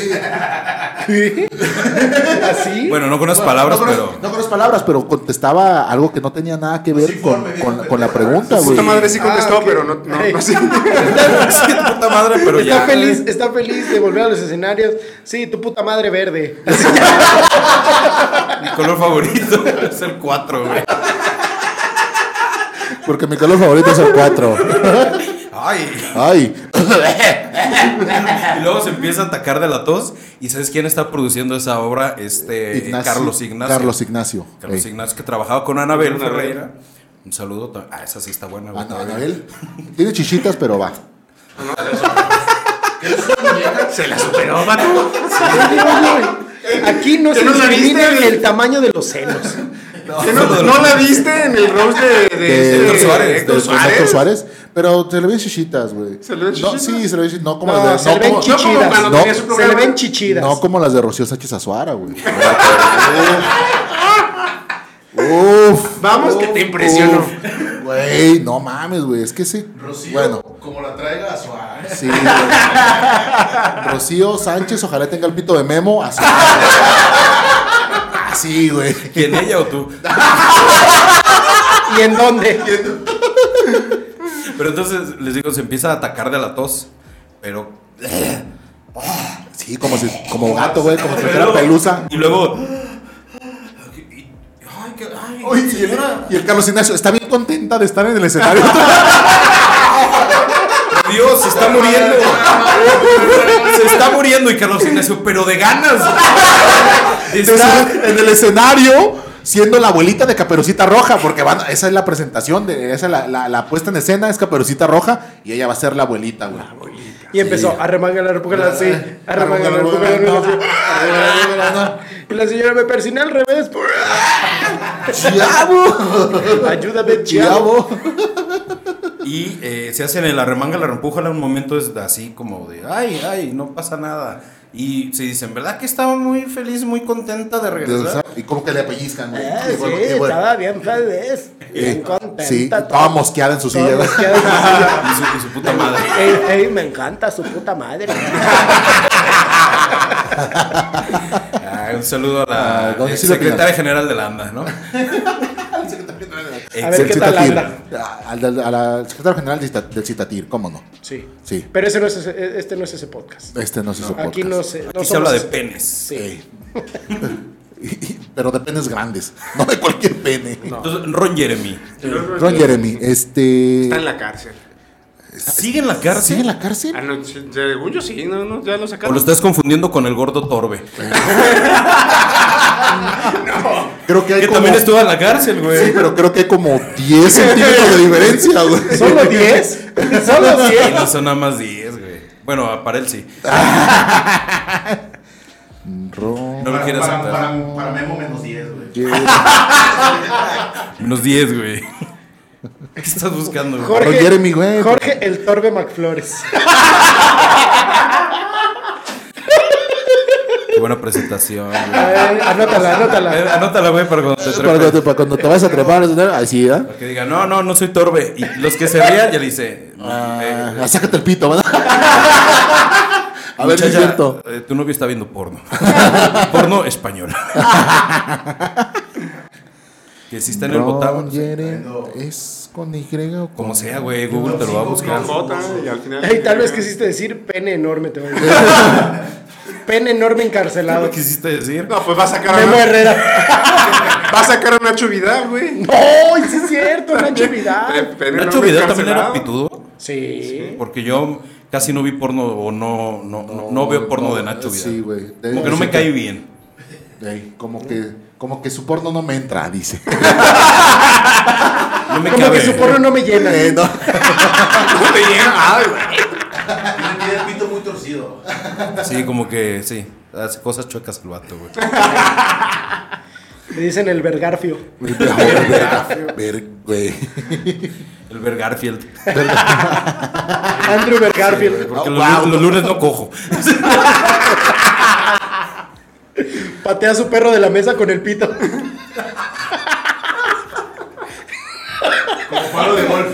[SPEAKER 4] ¿Así?
[SPEAKER 3] Bueno, no con las
[SPEAKER 5] Bueno,
[SPEAKER 3] palabras,
[SPEAKER 5] no con las-
[SPEAKER 3] pero. Pues
[SPEAKER 5] No con las palabras, pero contestaba algo que no tenía nada que ver
[SPEAKER 7] Sí,
[SPEAKER 5] con,
[SPEAKER 7] forme,
[SPEAKER 5] con-
[SPEAKER 7] bien,
[SPEAKER 5] con la pregunta, güey.
[SPEAKER 6] Esta madre sí contestó,
[SPEAKER 4] Ah, ok.
[SPEAKER 6] pero no, no, no sé.
[SPEAKER 3] Sí, tu puta madre, pero
[SPEAKER 4] Está
[SPEAKER 3] ya.
[SPEAKER 4] feliz, está feliz de volver a los escenarios. Sí, tu puta madre verde.
[SPEAKER 3] Mi color favorito es el 4, güey.
[SPEAKER 5] Porque mi color favorito es el 4.
[SPEAKER 3] Ay.
[SPEAKER 5] Ay.
[SPEAKER 3] Y luego se empieza a atacar de la tos. ¿Y sabes quién está produciendo esa obra? Este.
[SPEAKER 5] Ignacio-
[SPEAKER 3] Carlos Ignacio.
[SPEAKER 5] Carlos Ignacio.
[SPEAKER 3] Carlos
[SPEAKER 5] Ey.
[SPEAKER 3] Ignacio, que trabajaba con Anabel
[SPEAKER 6] Anabel.
[SPEAKER 3] Ferreira. Un saludo. ta- Ah, esa sí está buena, güey.
[SPEAKER 5] Ah, no, Anabel. Tiene chichitas, pero va.
[SPEAKER 6] Se la superó, vato.
[SPEAKER 4] Aquí no se
[SPEAKER 6] ¿Que no la
[SPEAKER 4] discrimina
[SPEAKER 6] viste?
[SPEAKER 4] el tamaño de los senos.
[SPEAKER 6] ¿Que No, no, la viste en el roast de, de,
[SPEAKER 5] De-
[SPEAKER 6] este-
[SPEAKER 5] Héctor
[SPEAKER 3] Suárez,
[SPEAKER 5] de- de-
[SPEAKER 6] Héctor
[SPEAKER 5] de Héctor
[SPEAKER 6] Suárez.
[SPEAKER 5] Suárez. Pero se le ven chichitas, güey.
[SPEAKER 6] ¿Se le ven
[SPEAKER 5] No,
[SPEAKER 6] chichitas?
[SPEAKER 5] sí, se le ven chichitas. No como
[SPEAKER 4] No,
[SPEAKER 5] las de.
[SPEAKER 4] se le
[SPEAKER 5] no
[SPEAKER 4] ven
[SPEAKER 5] como-
[SPEAKER 6] No como
[SPEAKER 4] chichidas.
[SPEAKER 6] cuando
[SPEAKER 5] No,
[SPEAKER 6] tenía su
[SPEAKER 4] Se le
[SPEAKER 6] programa.
[SPEAKER 4] ven chichidas.
[SPEAKER 5] No como las de Rocío Sánchez Azuara, güey. Uf.
[SPEAKER 6] Vamos que
[SPEAKER 5] Oh,
[SPEAKER 6] te impresionó.
[SPEAKER 5] Uf. Güey, no mames, güey. Es que sí.
[SPEAKER 7] Rocío,
[SPEAKER 5] Bueno,
[SPEAKER 7] como la traiga ¿eh? a Suárez.
[SPEAKER 5] sí. güey. Rocío Sánchez, ojalá tenga el pito de Memo. Así. Así, güey.
[SPEAKER 3] ¿Quién ella o tú?
[SPEAKER 4] ¿Y en dónde?
[SPEAKER 3] Pero entonces les digo, se empieza a atacar de la tos. Pero.
[SPEAKER 5] Sí, como si, como gato, güey, como si fuera pelusa.
[SPEAKER 3] Y luego. y- Ay, qué. Ay,
[SPEAKER 5] Oye, y el, y el Carlos Ignacio está bien contenta de estar en el escenario.
[SPEAKER 3] Dios, se está muriendo. Se está muriendo y Carlos Ignacio, pero de ganas. De
[SPEAKER 5] De
[SPEAKER 3] estar-
[SPEAKER 5] estar en el escenario siendo la abuelita de Caperucita Roja, porque van, esa es la presentación, de, esa es la, la- la puesta en escena, es Caperucita Roja y ella va a ser la abuelita, güey.
[SPEAKER 4] Y empezó a remangar la república así. A remangar la Y la señora me persiné al revés.
[SPEAKER 5] ¡Chavo!
[SPEAKER 4] Ayúdame, chavo.
[SPEAKER 5] ¡Chavo!
[SPEAKER 3] Y eh, se hacen el arremanga, la rempuja, un momento es de así como de, ay, ay, no pasa nada. Y se dicen, ¿verdad que estaba muy feliz, muy contenta de
[SPEAKER 5] De-
[SPEAKER 3] regresar?
[SPEAKER 5] Y como que le pellizcan, güey.
[SPEAKER 4] Ah,
[SPEAKER 5] Y
[SPEAKER 4] sí,
[SPEAKER 5] bueno, y bueno,
[SPEAKER 4] estaba bien feliz.
[SPEAKER 5] eh,
[SPEAKER 4] Bien contenta.
[SPEAKER 5] sí, y
[SPEAKER 4] toda-
[SPEAKER 5] toda mosqueada en su
[SPEAKER 4] toda
[SPEAKER 5] silla. güey.
[SPEAKER 4] mosqueada en su silla.
[SPEAKER 3] Y su, y su puta madre.
[SPEAKER 4] Ey, ey, me encanta su puta madre.
[SPEAKER 3] Ah, un saludo a la
[SPEAKER 5] Ah, ¿dónde sí lo
[SPEAKER 3] secretaria general de la ANDA, ¿no?
[SPEAKER 4] A ver
[SPEAKER 5] Del
[SPEAKER 4] qué tal
[SPEAKER 5] Citatir.
[SPEAKER 4] anda.
[SPEAKER 5] A- al- al- A la secretaria general del Cita- del Citatir, ¿cómo no?
[SPEAKER 4] Sí.
[SPEAKER 5] Sí.
[SPEAKER 4] Pero ese no es ese- este no es ese podcast.
[SPEAKER 5] Este no se soporta.
[SPEAKER 4] Aquí no se. no
[SPEAKER 3] Aquí se
[SPEAKER 4] somos-
[SPEAKER 3] habla de penes.
[SPEAKER 4] Sí.
[SPEAKER 5] Pero de penes grandes, no de cualquier pene.
[SPEAKER 3] Entonces, Ron Jeremy,
[SPEAKER 5] Ron Jeremy, este.
[SPEAKER 6] Está en la cárcel.
[SPEAKER 3] ¿sigue en la cárcel?
[SPEAKER 5] ¿Sigue en la cárcel?
[SPEAKER 6] Ah, no, sí, según yo sí, no, no, ya lo
[SPEAKER 3] ¿O
[SPEAKER 6] sacaron.
[SPEAKER 3] lo estás confundiendo con el gordo Torbe?
[SPEAKER 5] Creo que hay
[SPEAKER 3] Que
[SPEAKER 5] como.
[SPEAKER 3] también estuvo en la cárcel, güey.
[SPEAKER 5] Sí, pero creo que hay como 10 centímetros de diferencia, güey.
[SPEAKER 4] ¿Solo 10? ¿Solo 10?
[SPEAKER 3] Y no son nada más 10, güey. Bueno, para él sí.
[SPEAKER 5] Ron
[SPEAKER 3] No lo quieras
[SPEAKER 7] para,
[SPEAKER 3] aceptar.
[SPEAKER 7] para, para Memo menos 10, güey.
[SPEAKER 5] Jeremy.
[SPEAKER 3] Menos 10, güey. ¿Qué estás buscando, güey?
[SPEAKER 4] Jorge,
[SPEAKER 5] Ron Jeremy, güey.
[SPEAKER 4] Jorge el Torbe McFlores.
[SPEAKER 3] Qué buena presentación,
[SPEAKER 4] A
[SPEAKER 3] güey.
[SPEAKER 4] ver, anótala,
[SPEAKER 3] Eh,
[SPEAKER 4] anótala.
[SPEAKER 3] Anótala, güey, para cuando te
[SPEAKER 5] Para
[SPEAKER 3] trepes.
[SPEAKER 5] cuando, para cuando te vas a trepar, así, ¿eh?
[SPEAKER 3] Para que diga, no, no, no soy Torbe. Y los que se rían, ya le dice, eh,
[SPEAKER 5] Ah, sácate el pito, ¿verdad? A ver, si es
[SPEAKER 3] muchacha,
[SPEAKER 5] cierto.
[SPEAKER 3] eh, tu novio está viendo porno. porno español. que si está en el
[SPEAKER 5] Ron
[SPEAKER 3] botán.
[SPEAKER 5] Jeremy es con Y o con.
[SPEAKER 3] Como sea, güey, Google te lo va a buscar.
[SPEAKER 6] Con J, y al final.
[SPEAKER 4] Ey, tal vez quisiste decir pene enorme, te voy a decir. Pene enorme encarcelado.
[SPEAKER 3] ¿Qué quisiste decir?
[SPEAKER 6] No, pues va a sacar a,
[SPEAKER 4] Memo
[SPEAKER 6] Nacho-
[SPEAKER 4] Herrera.
[SPEAKER 6] va a, sacar a Nacho Vidal, güey.
[SPEAKER 4] ¡No! Sí, es cierto, Nacho Vidal.
[SPEAKER 6] Eh, pero no
[SPEAKER 3] Nacho
[SPEAKER 6] me
[SPEAKER 3] Vidal también era
[SPEAKER 6] encarcelado.
[SPEAKER 3] pitudo.
[SPEAKER 4] Sí.
[SPEAKER 3] Porque yo casi no vi porno o no, no, no, no veo porno de Nacho Vidal.
[SPEAKER 5] Sí, güey.
[SPEAKER 3] Como que no me cae bien.
[SPEAKER 5] Ey, como que, como que su porno no me entra, dice.
[SPEAKER 3] No me
[SPEAKER 4] Como
[SPEAKER 3] cabe.
[SPEAKER 4] que su porno no me llena.
[SPEAKER 5] Eh, no.
[SPEAKER 6] Puta, y era- ay, güey.
[SPEAKER 7] Tiene tiene el pito muy torcido.
[SPEAKER 3] Sí, como que sí. Hace cosas chuecas el vato, güey.
[SPEAKER 4] Le dicen el vergarfio.
[SPEAKER 5] Ver- ver- güey.
[SPEAKER 3] El Bergarfield.
[SPEAKER 4] Andrew Vergarfield.
[SPEAKER 3] Porque los, lunes, los lunes no cojo.
[SPEAKER 4] Patea a su perro de la mesa con el pito.
[SPEAKER 7] Como palo de golf.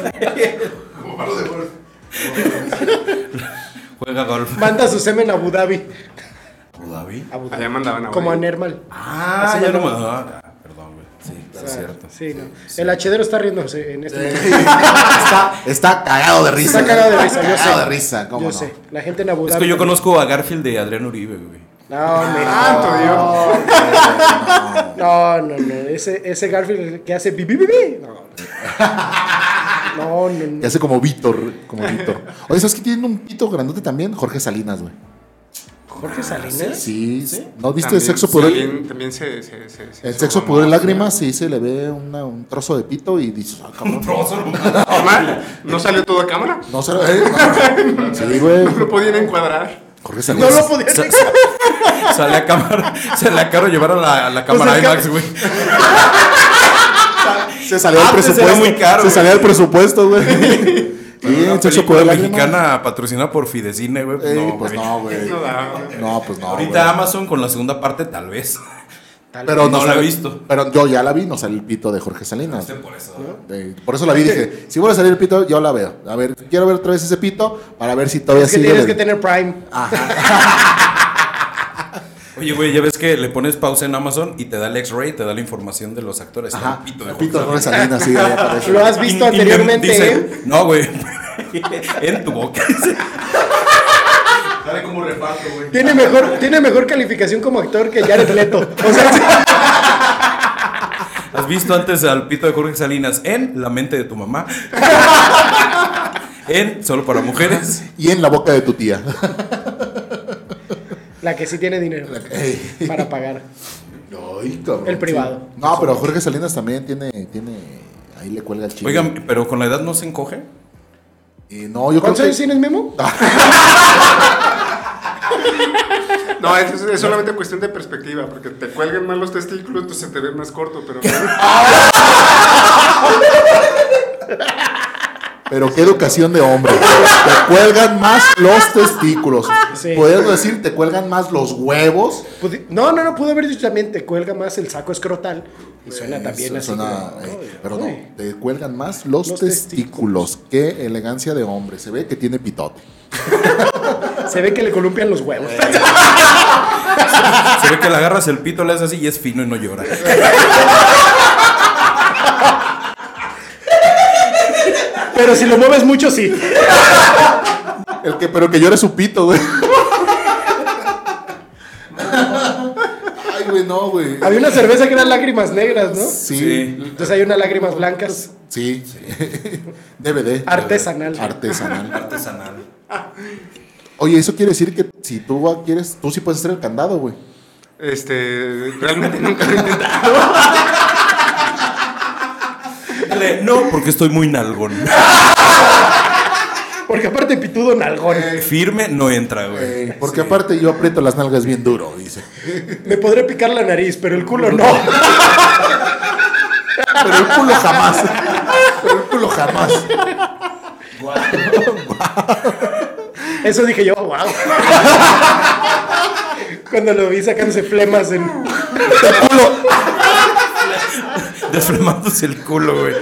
[SPEAKER 7] Como palo de golf.
[SPEAKER 3] Juega golf.
[SPEAKER 4] Manda su semen a Abu Dhabi.
[SPEAKER 3] ¿Abu Dhabi?
[SPEAKER 4] Abu Dhabi.
[SPEAKER 6] Allá mandaban a
[SPEAKER 4] Como a
[SPEAKER 6] güey.
[SPEAKER 4] Nermal.
[SPEAKER 3] Ah,
[SPEAKER 4] Así
[SPEAKER 3] ya
[SPEAKER 4] lo
[SPEAKER 3] no me. Ah, perdón, güey. Sí, es cierto.
[SPEAKER 4] Sí, no. El hachedero está riéndose en este momento.
[SPEAKER 5] está, está cagado de risa.
[SPEAKER 4] Está cagado de risa, yo
[SPEAKER 5] Cagado
[SPEAKER 4] sé.
[SPEAKER 5] de risa, cómo
[SPEAKER 4] Yo
[SPEAKER 5] no.
[SPEAKER 4] sé. La gente en Abu
[SPEAKER 3] Es
[SPEAKER 4] Dhabi.
[SPEAKER 3] que yo conozco a Garfield de Adrián Uribe, güey.
[SPEAKER 4] No, hombre.
[SPEAKER 6] Santo Dios.
[SPEAKER 4] No, no, no. Ese, ese Garfield que hace bibi bibi. No. No, no,
[SPEAKER 5] Que
[SPEAKER 4] no.
[SPEAKER 5] hace como Víctor, como Víctor. Oye, ¿sabes que tiene un pito grandote también? Jorge Salinas, güey.
[SPEAKER 4] Jorge Salinas.
[SPEAKER 5] Sí, ¿No viste
[SPEAKER 6] También-
[SPEAKER 5] Sexo Pudor?
[SPEAKER 6] También, también se, se, se, se-
[SPEAKER 5] El
[SPEAKER 6] se
[SPEAKER 5] sexo,
[SPEAKER 6] mamó,
[SPEAKER 5] pudor y
[SPEAKER 6] sí.
[SPEAKER 5] lágrimas, sí, se le ve una- un trozo de pito y dices, ah, cabrón.
[SPEAKER 6] Omar, ¿no salió todo a cámara?
[SPEAKER 5] No se lo ve. no. Sí, güey.
[SPEAKER 6] No lo podían encuadrar.
[SPEAKER 5] Jorge
[SPEAKER 4] No
[SPEAKER 5] Salinas.
[SPEAKER 4] lo podía
[SPEAKER 3] Sa-
[SPEAKER 4] explicar.
[SPEAKER 3] sa- Sale a cámara. Sale a caro llevar a la, a la cámara
[SPEAKER 4] Pues el
[SPEAKER 3] IMAX, güey.
[SPEAKER 5] Se salió del
[SPEAKER 3] Antes era
[SPEAKER 5] presupuesto.
[SPEAKER 3] pues, muy caro,
[SPEAKER 5] se
[SPEAKER 3] güey.
[SPEAKER 5] salió del presupuesto, güey. Y
[SPEAKER 3] Una
[SPEAKER 5] el sexo, pudor
[SPEAKER 3] película
[SPEAKER 5] y lágrimas.
[SPEAKER 3] mexicana patrocinada por Fidecine, güey. pues
[SPEAKER 5] Ey,
[SPEAKER 3] no,
[SPEAKER 5] pues
[SPEAKER 3] güey.
[SPEAKER 5] no, güey.
[SPEAKER 6] No da.
[SPEAKER 5] No, pues no.
[SPEAKER 3] Ahorita
[SPEAKER 5] güey.
[SPEAKER 3] Amazon con la segunda parte, tal vez.
[SPEAKER 5] Pero
[SPEAKER 3] No la
[SPEAKER 5] sale-
[SPEAKER 3] he visto.
[SPEAKER 5] Pero yo ya la vi, no sale el pito de Jorge Salinas.
[SPEAKER 3] Por eso. ¿no?
[SPEAKER 5] Eh, por eso la vi, dije, si vuelve a salir el pito, yo la veo. A ver, quiero ver otra vez ese pito para ver si todavía
[SPEAKER 4] Es que
[SPEAKER 5] sigue.
[SPEAKER 4] tienes
[SPEAKER 5] de-
[SPEAKER 4] que tener Prime.
[SPEAKER 5] Ah,
[SPEAKER 3] Oye, güey, ya ves que le pones pausa en Amazon y te da el X-ray, te da la información de los actores.
[SPEAKER 5] Ajá,
[SPEAKER 3] El pito de
[SPEAKER 5] el pito de
[SPEAKER 3] Jorge
[SPEAKER 5] Jorge Salinas, sí, ahí aparece.
[SPEAKER 4] Lo has visto
[SPEAKER 3] Y- y me
[SPEAKER 4] anteriormente,
[SPEAKER 3] dice,
[SPEAKER 4] ¿eh?
[SPEAKER 3] No, güey. en tu boca.
[SPEAKER 7] Sale como reparto, güey.
[SPEAKER 4] Tiene mejor, tiene mejor calificación como actor que Jared Leto. O sea,
[SPEAKER 3] ¿Has visto antes al pito de Jorge Salinas en La mente de tu mamá? en Solo para mujeres.
[SPEAKER 4] Ah,
[SPEAKER 5] Y en la boca de tu tía.
[SPEAKER 4] la que sí tiene dinero
[SPEAKER 5] Ey.
[SPEAKER 4] para pagar.
[SPEAKER 5] Ay, cabrón.
[SPEAKER 4] El privado.
[SPEAKER 5] No, pero Jorge Salinas también tiene, tiene, ahí le cuelga el chico.
[SPEAKER 3] Oigan, pero con la edad no se encoge.
[SPEAKER 5] Eh, no, yo creo
[SPEAKER 4] ¿Cuántos
[SPEAKER 5] que Ah,
[SPEAKER 4] años tienes, Memo?
[SPEAKER 6] No, es, es solamente cuestión de perspectiva, porque te cuelguen más los testículos, entonces se te ve más corto, pero.
[SPEAKER 5] pero Pero qué educación de hombre. Te cuelgan más los testículos.
[SPEAKER 4] Sí.
[SPEAKER 5] Podrías decir, te cuelgan más los huevos.
[SPEAKER 4] Pudi- No, no, no, pude haber dicho también, te cuelga más el saco escrotal. Y suena también
[SPEAKER 5] Eso
[SPEAKER 4] así.
[SPEAKER 5] Eh, suena,
[SPEAKER 4] como,
[SPEAKER 5] eh,
[SPEAKER 4] "Ay,
[SPEAKER 5] pero
[SPEAKER 4] ay".
[SPEAKER 5] no, te cuelgan más los,
[SPEAKER 4] Los
[SPEAKER 5] testículos. Qué elegancia de hombre. Se ve que tiene pitote.
[SPEAKER 4] Se ve que le columpian los huevos.
[SPEAKER 5] Eh.
[SPEAKER 3] Se ve que le agarras el pito, le haces así y es fino y no llora.
[SPEAKER 4] Pero si lo mueves mucho, sí.
[SPEAKER 5] El que, pero que llore su pito, güey. Ay, güey, no, güey.
[SPEAKER 4] Había una cerveza que eran lágrimas negras, ¿no?
[SPEAKER 5] Sí,
[SPEAKER 4] Entonces hay unas lágrimas blancas.
[SPEAKER 5] sí. DVD.
[SPEAKER 4] Artesanal.
[SPEAKER 5] Artesanal.
[SPEAKER 3] Artesanal.
[SPEAKER 5] Oye, eso quiere decir que si tú va- quieres, tú sí puedes hacer el candado, güey.
[SPEAKER 6] Este, realmente nunca lo he intentado.
[SPEAKER 3] Dale, no, porque estoy muy nalgón.
[SPEAKER 4] Eh. Porque aparte pitudo nalgón.
[SPEAKER 3] Firme no entra,
[SPEAKER 4] Eh.
[SPEAKER 3] güey.
[SPEAKER 5] Porque aparte yo aprieto las nalgas bien duro, dice.
[SPEAKER 4] Me podré picar la nariz, pero el culo no.
[SPEAKER 5] Pero el culo jamás. Pero el culo jamás.
[SPEAKER 4] Eso dije yo, wow. Cuando lo vi sacándose flemas en.
[SPEAKER 3] Desflemándose el culo, güey.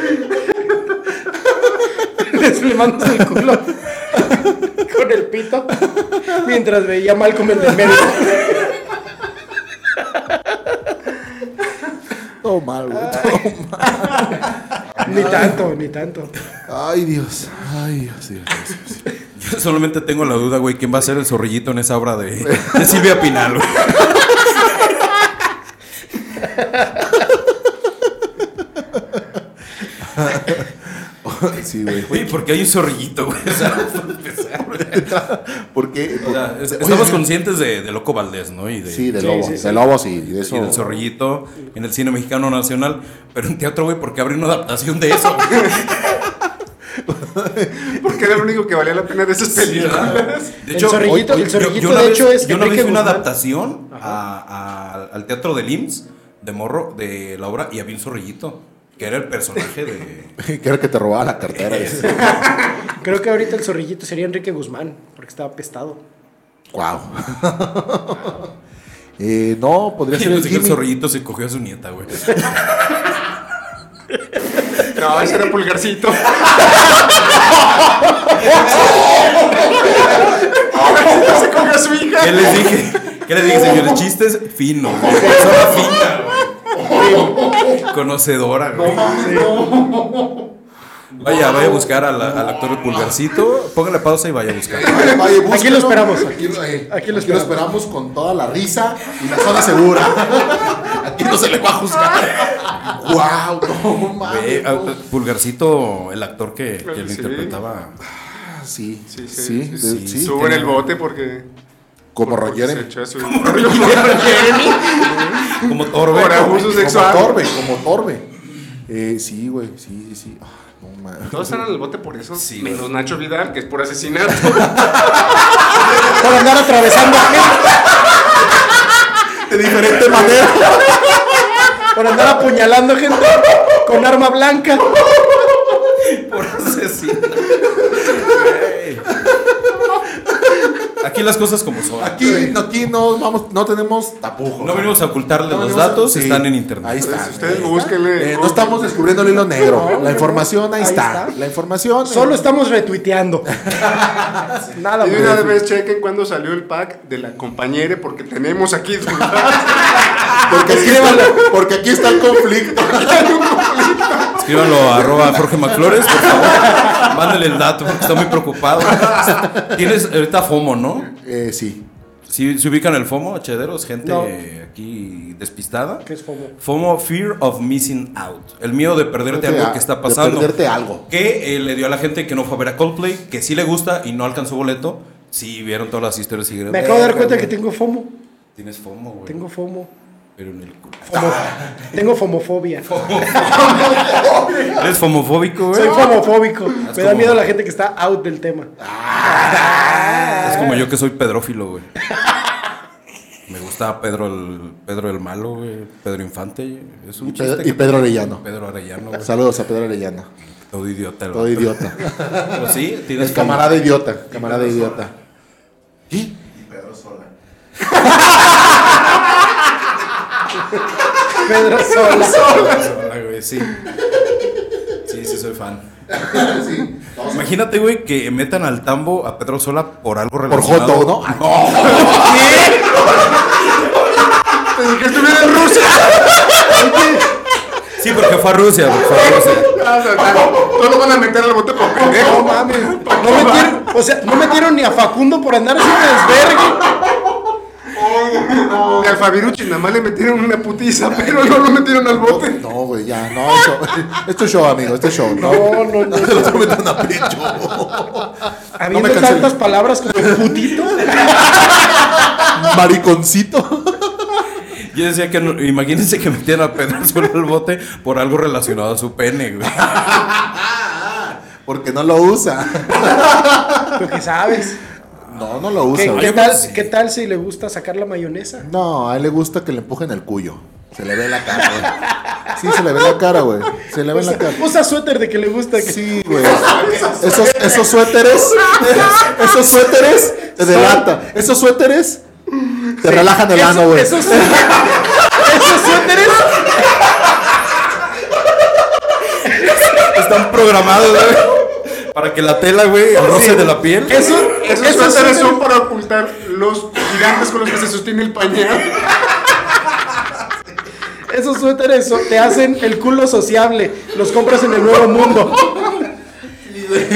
[SPEAKER 4] desflemándose el culo. con el pito. Mientras veía a Malcolm el del medio.
[SPEAKER 5] Todo mal, güey. todo
[SPEAKER 4] Ni tanto, ni tanto.
[SPEAKER 5] Ay, Dios. Ay, Dios. Dios, Dios, Dios.
[SPEAKER 3] Yo solamente tengo la duda, güey, ¿quién va a ser el zorrillito en esa obra de, de Silvia Pinal, güey?
[SPEAKER 5] Sí, güey.
[SPEAKER 3] Güey, ¿por qué hay un zorrillito, güey? O sea, para empezar, güey.
[SPEAKER 5] Porque.
[SPEAKER 3] O sea, es-
[SPEAKER 5] Oye,
[SPEAKER 3] estamos
[SPEAKER 5] sí.
[SPEAKER 3] conscientes de, de Loco Valdés, ¿no? Y de,
[SPEAKER 5] Sí, de
[SPEAKER 4] Sí,
[SPEAKER 5] lobo.
[SPEAKER 4] sí, sí.
[SPEAKER 5] De lobo, sí. De eso.
[SPEAKER 3] y del zorrillito en el cine mexicano nacional. Pero en teatro, güey, ¿por qué abre una adaptación de eso? güey?
[SPEAKER 6] Porque era lo único que valía la pena de esas
[SPEAKER 3] Sí,
[SPEAKER 6] películas.
[SPEAKER 3] ¿verdad?
[SPEAKER 4] El zorrillito- el zorrillito,
[SPEAKER 3] una
[SPEAKER 4] de
[SPEAKER 3] vez-
[SPEAKER 4] hecho, es
[SPEAKER 3] yo una vez
[SPEAKER 4] Enrique
[SPEAKER 3] vi una
[SPEAKER 4] Guzmán.
[SPEAKER 3] adaptación a- a- al teatro del IMSS de Morro, de la obra, y había un zorrillito, que era el personaje de...
[SPEAKER 5] Quiero que te robara la cartera. dice.
[SPEAKER 4] Creo que ahorita el zorrillito sería Enrique Guzmán, porque estaba apestado.
[SPEAKER 5] Guau. Eh, no, podría
[SPEAKER 3] Yo
[SPEAKER 5] ser
[SPEAKER 3] pensé Pues
[SPEAKER 5] el
[SPEAKER 3] que el
[SPEAKER 5] Jimmy.
[SPEAKER 3] zorrillito se cogió a su nieta, güey.
[SPEAKER 6] No, ese era pulgarcito. se coge a su hija.
[SPEAKER 3] ¿Qué les dije? ¿Qué les dije, señores? Chistes finos, güey. Persona fina, güey. Conocedora, güey. Vaya, vaya a buscar a la- al actor de Pulgarcito. Póngale pausa y vaya a buscar.
[SPEAKER 5] Vaya,
[SPEAKER 4] Aquí
[SPEAKER 5] vaya,
[SPEAKER 4] lo
[SPEAKER 5] búsquelo.
[SPEAKER 4] esperamos.
[SPEAKER 5] Aquí, eh,
[SPEAKER 4] Aquí lo
[SPEAKER 5] aquí lo esperamos con toda la risa y la zona segura. Aquí no se le va a juzgar. Guau, Ah, no
[SPEAKER 3] Güey,
[SPEAKER 5] mames.
[SPEAKER 3] ah, Pulgarcito, el actor que, que lo
[SPEAKER 6] Sí.
[SPEAKER 3] interpretaba.
[SPEAKER 5] Sí, sí,
[SPEAKER 6] Sí, sí,
[SPEAKER 5] sí.
[SPEAKER 6] sí,
[SPEAKER 5] sí, sí.
[SPEAKER 6] Sube en el bote porque.
[SPEAKER 5] Como
[SPEAKER 6] porque
[SPEAKER 5] Roger.
[SPEAKER 6] se echó a su hija.
[SPEAKER 3] Como Torbe.
[SPEAKER 6] Por abuso sexual.
[SPEAKER 5] Como Torbe, como Torbe. Eh, sí, güey, sí, sí, sí. Ah, no mames.
[SPEAKER 6] Todos están en el bote por eso.
[SPEAKER 3] Sí,
[SPEAKER 6] menos
[SPEAKER 3] güey.
[SPEAKER 6] Nacho Vidal, que es por asesinato.
[SPEAKER 4] Por andar atravesando gente,
[SPEAKER 5] De diferente manera.
[SPEAKER 4] por andar apuñalando gente con arma blanca.
[SPEAKER 3] Por asesino. Güey. Aquí las cosas como son.
[SPEAKER 5] Aquí, no, aquí no, vamos, no tenemos tapujos.
[SPEAKER 3] No venimos a ocultarle
[SPEAKER 5] No
[SPEAKER 3] los
[SPEAKER 5] venimos a-
[SPEAKER 3] datos,
[SPEAKER 5] sí.
[SPEAKER 3] están en internet.
[SPEAKER 5] Ahí está.
[SPEAKER 6] Entonces, ustedes
[SPEAKER 5] Eh,
[SPEAKER 6] búsquenle.
[SPEAKER 5] eh, no estamos descubriendo el hilo negro.
[SPEAKER 4] No,
[SPEAKER 5] la información ahí,
[SPEAKER 4] ahí
[SPEAKER 5] está.
[SPEAKER 4] está.
[SPEAKER 5] La información. eh,
[SPEAKER 4] Solo estamos retuiteando. Nada
[SPEAKER 6] Y de una
[SPEAKER 4] más.
[SPEAKER 6] vez chequen cuándo salió el pack de la compañera, porque tenemos aquí dudas.
[SPEAKER 5] Porque aquí, porque aquí está el conflicto.
[SPEAKER 3] Escríbanlo a arroba Jorge Maclores, por favor. Mándale el dato, porque está muy preocupado. Tienes ahorita FOMO, ¿no?
[SPEAKER 5] Eh, sí.
[SPEAKER 3] Si se ubican el FOMO, chederos, gente
[SPEAKER 4] No.
[SPEAKER 3] aquí despistada.
[SPEAKER 4] ¿Qué es FOMO?
[SPEAKER 3] FOMO, Fear of Missing Out. El miedo de perderte
[SPEAKER 5] Perderte
[SPEAKER 3] algo
[SPEAKER 5] a-
[SPEAKER 3] que está
[SPEAKER 5] de
[SPEAKER 3] pasando.
[SPEAKER 5] perderte algo.
[SPEAKER 3] Que eh, le dio a la gente que no fue a ver a Coldplay, que sí le gusta y no alcanzó boleto. Sí, vieron todas las historias y "Eh,
[SPEAKER 4] Me acabo de dar cuenta que tengo FOMO.
[SPEAKER 3] Tienes FOMO, güey.
[SPEAKER 4] Tengo FOMO.
[SPEAKER 3] Pero en el culo.
[SPEAKER 4] Fomo- tengo fomofobia.
[SPEAKER 3] Eres fomofóbico, güey.
[SPEAKER 4] Soy fomofóbico. Me da
[SPEAKER 3] como-
[SPEAKER 4] miedo la gente que está out del tema.
[SPEAKER 3] Es como yo que soy pedrófilo, güey. Me gusta Pedro el, Pedro el Malo, güey. Pedro Infante. Es un
[SPEAKER 5] Y
[SPEAKER 3] chiste.
[SPEAKER 5] Pedro, y
[SPEAKER 3] que-
[SPEAKER 5] Pedro Arellano.
[SPEAKER 3] Pedro Arellano, güey.
[SPEAKER 5] Saludos a Pedro Arellano.
[SPEAKER 3] Todo idiota. el
[SPEAKER 5] Todo
[SPEAKER 3] vato.
[SPEAKER 5] idiota.
[SPEAKER 3] Pero sí, tienes
[SPEAKER 5] Es camarada idiota, camarada idiota. ¿Y?
[SPEAKER 7] Y Pedro Sola.
[SPEAKER 4] Pedro Sola.
[SPEAKER 3] Ah, güey, Sí. Sí, sí, soy fan.
[SPEAKER 7] sí. Todos
[SPEAKER 3] Imagínate, güey, que metan al tambo a Pedro Sola por algo
[SPEAKER 5] Por
[SPEAKER 3] relacionado.
[SPEAKER 5] hot dog, ¿no? Ah, no.
[SPEAKER 6] Desde que estuviera en Rusia.
[SPEAKER 3] Sí, porque fue a Rusia, porque fue a Rusia.
[SPEAKER 6] Todos lo van a meter al bote por pendejo.
[SPEAKER 5] No mames.
[SPEAKER 4] No metieron, o sea, no metieron ni a Facundo por andar haciendo desvergue.
[SPEAKER 6] Y al Fabirucci nada más le metieron una putiza, pero no lo metieron al bote.
[SPEAKER 5] No, güey, ya, no, eso- esto es show, amigo, esto es show. No,
[SPEAKER 4] No, no, no.
[SPEAKER 5] no se lo metan a pecho.
[SPEAKER 4] Habiendo
[SPEAKER 5] me cansé.
[SPEAKER 4] tantas palabras como putito.
[SPEAKER 5] Mariconcito.
[SPEAKER 3] Yo decía que, no- imagínense que metieran a Pedro Sola al bote por algo relacionado a su pene, güey.
[SPEAKER 5] Porque no lo usa.
[SPEAKER 4] Lo que sabes.
[SPEAKER 5] No, no lo
[SPEAKER 4] ¿Qué,
[SPEAKER 5] usa.
[SPEAKER 4] qué
[SPEAKER 5] güey.
[SPEAKER 4] tal, ¿Qué tal si le gusta sacar la mayonesa?
[SPEAKER 5] No, a él le gusta que le empujen el cuyo. Se le ve la cara, güey. Sí, se le ve la cara, güey. Se le ve la
[SPEAKER 4] Usa,
[SPEAKER 5] cara.
[SPEAKER 4] usa suéter de que le gusta. Que
[SPEAKER 5] Sí, güey. Esos, esos suéteres. Esos suéteres te delata. Esos suéteres te relajan el ano, güey.
[SPEAKER 4] Esos, esos suéteres
[SPEAKER 3] Están programados, güey. Oh, Para que la tela, güey, al roce de la piel.
[SPEAKER 4] Eso,
[SPEAKER 6] Esos
[SPEAKER 4] eso
[SPEAKER 6] suéteres
[SPEAKER 4] es
[SPEAKER 6] son para ocultar los gigantes con los que se sostiene el pañal.
[SPEAKER 4] un- esos suéteres son- te hacen el culo sociable. Los compras en el nuevo mundo.
[SPEAKER 5] Sí,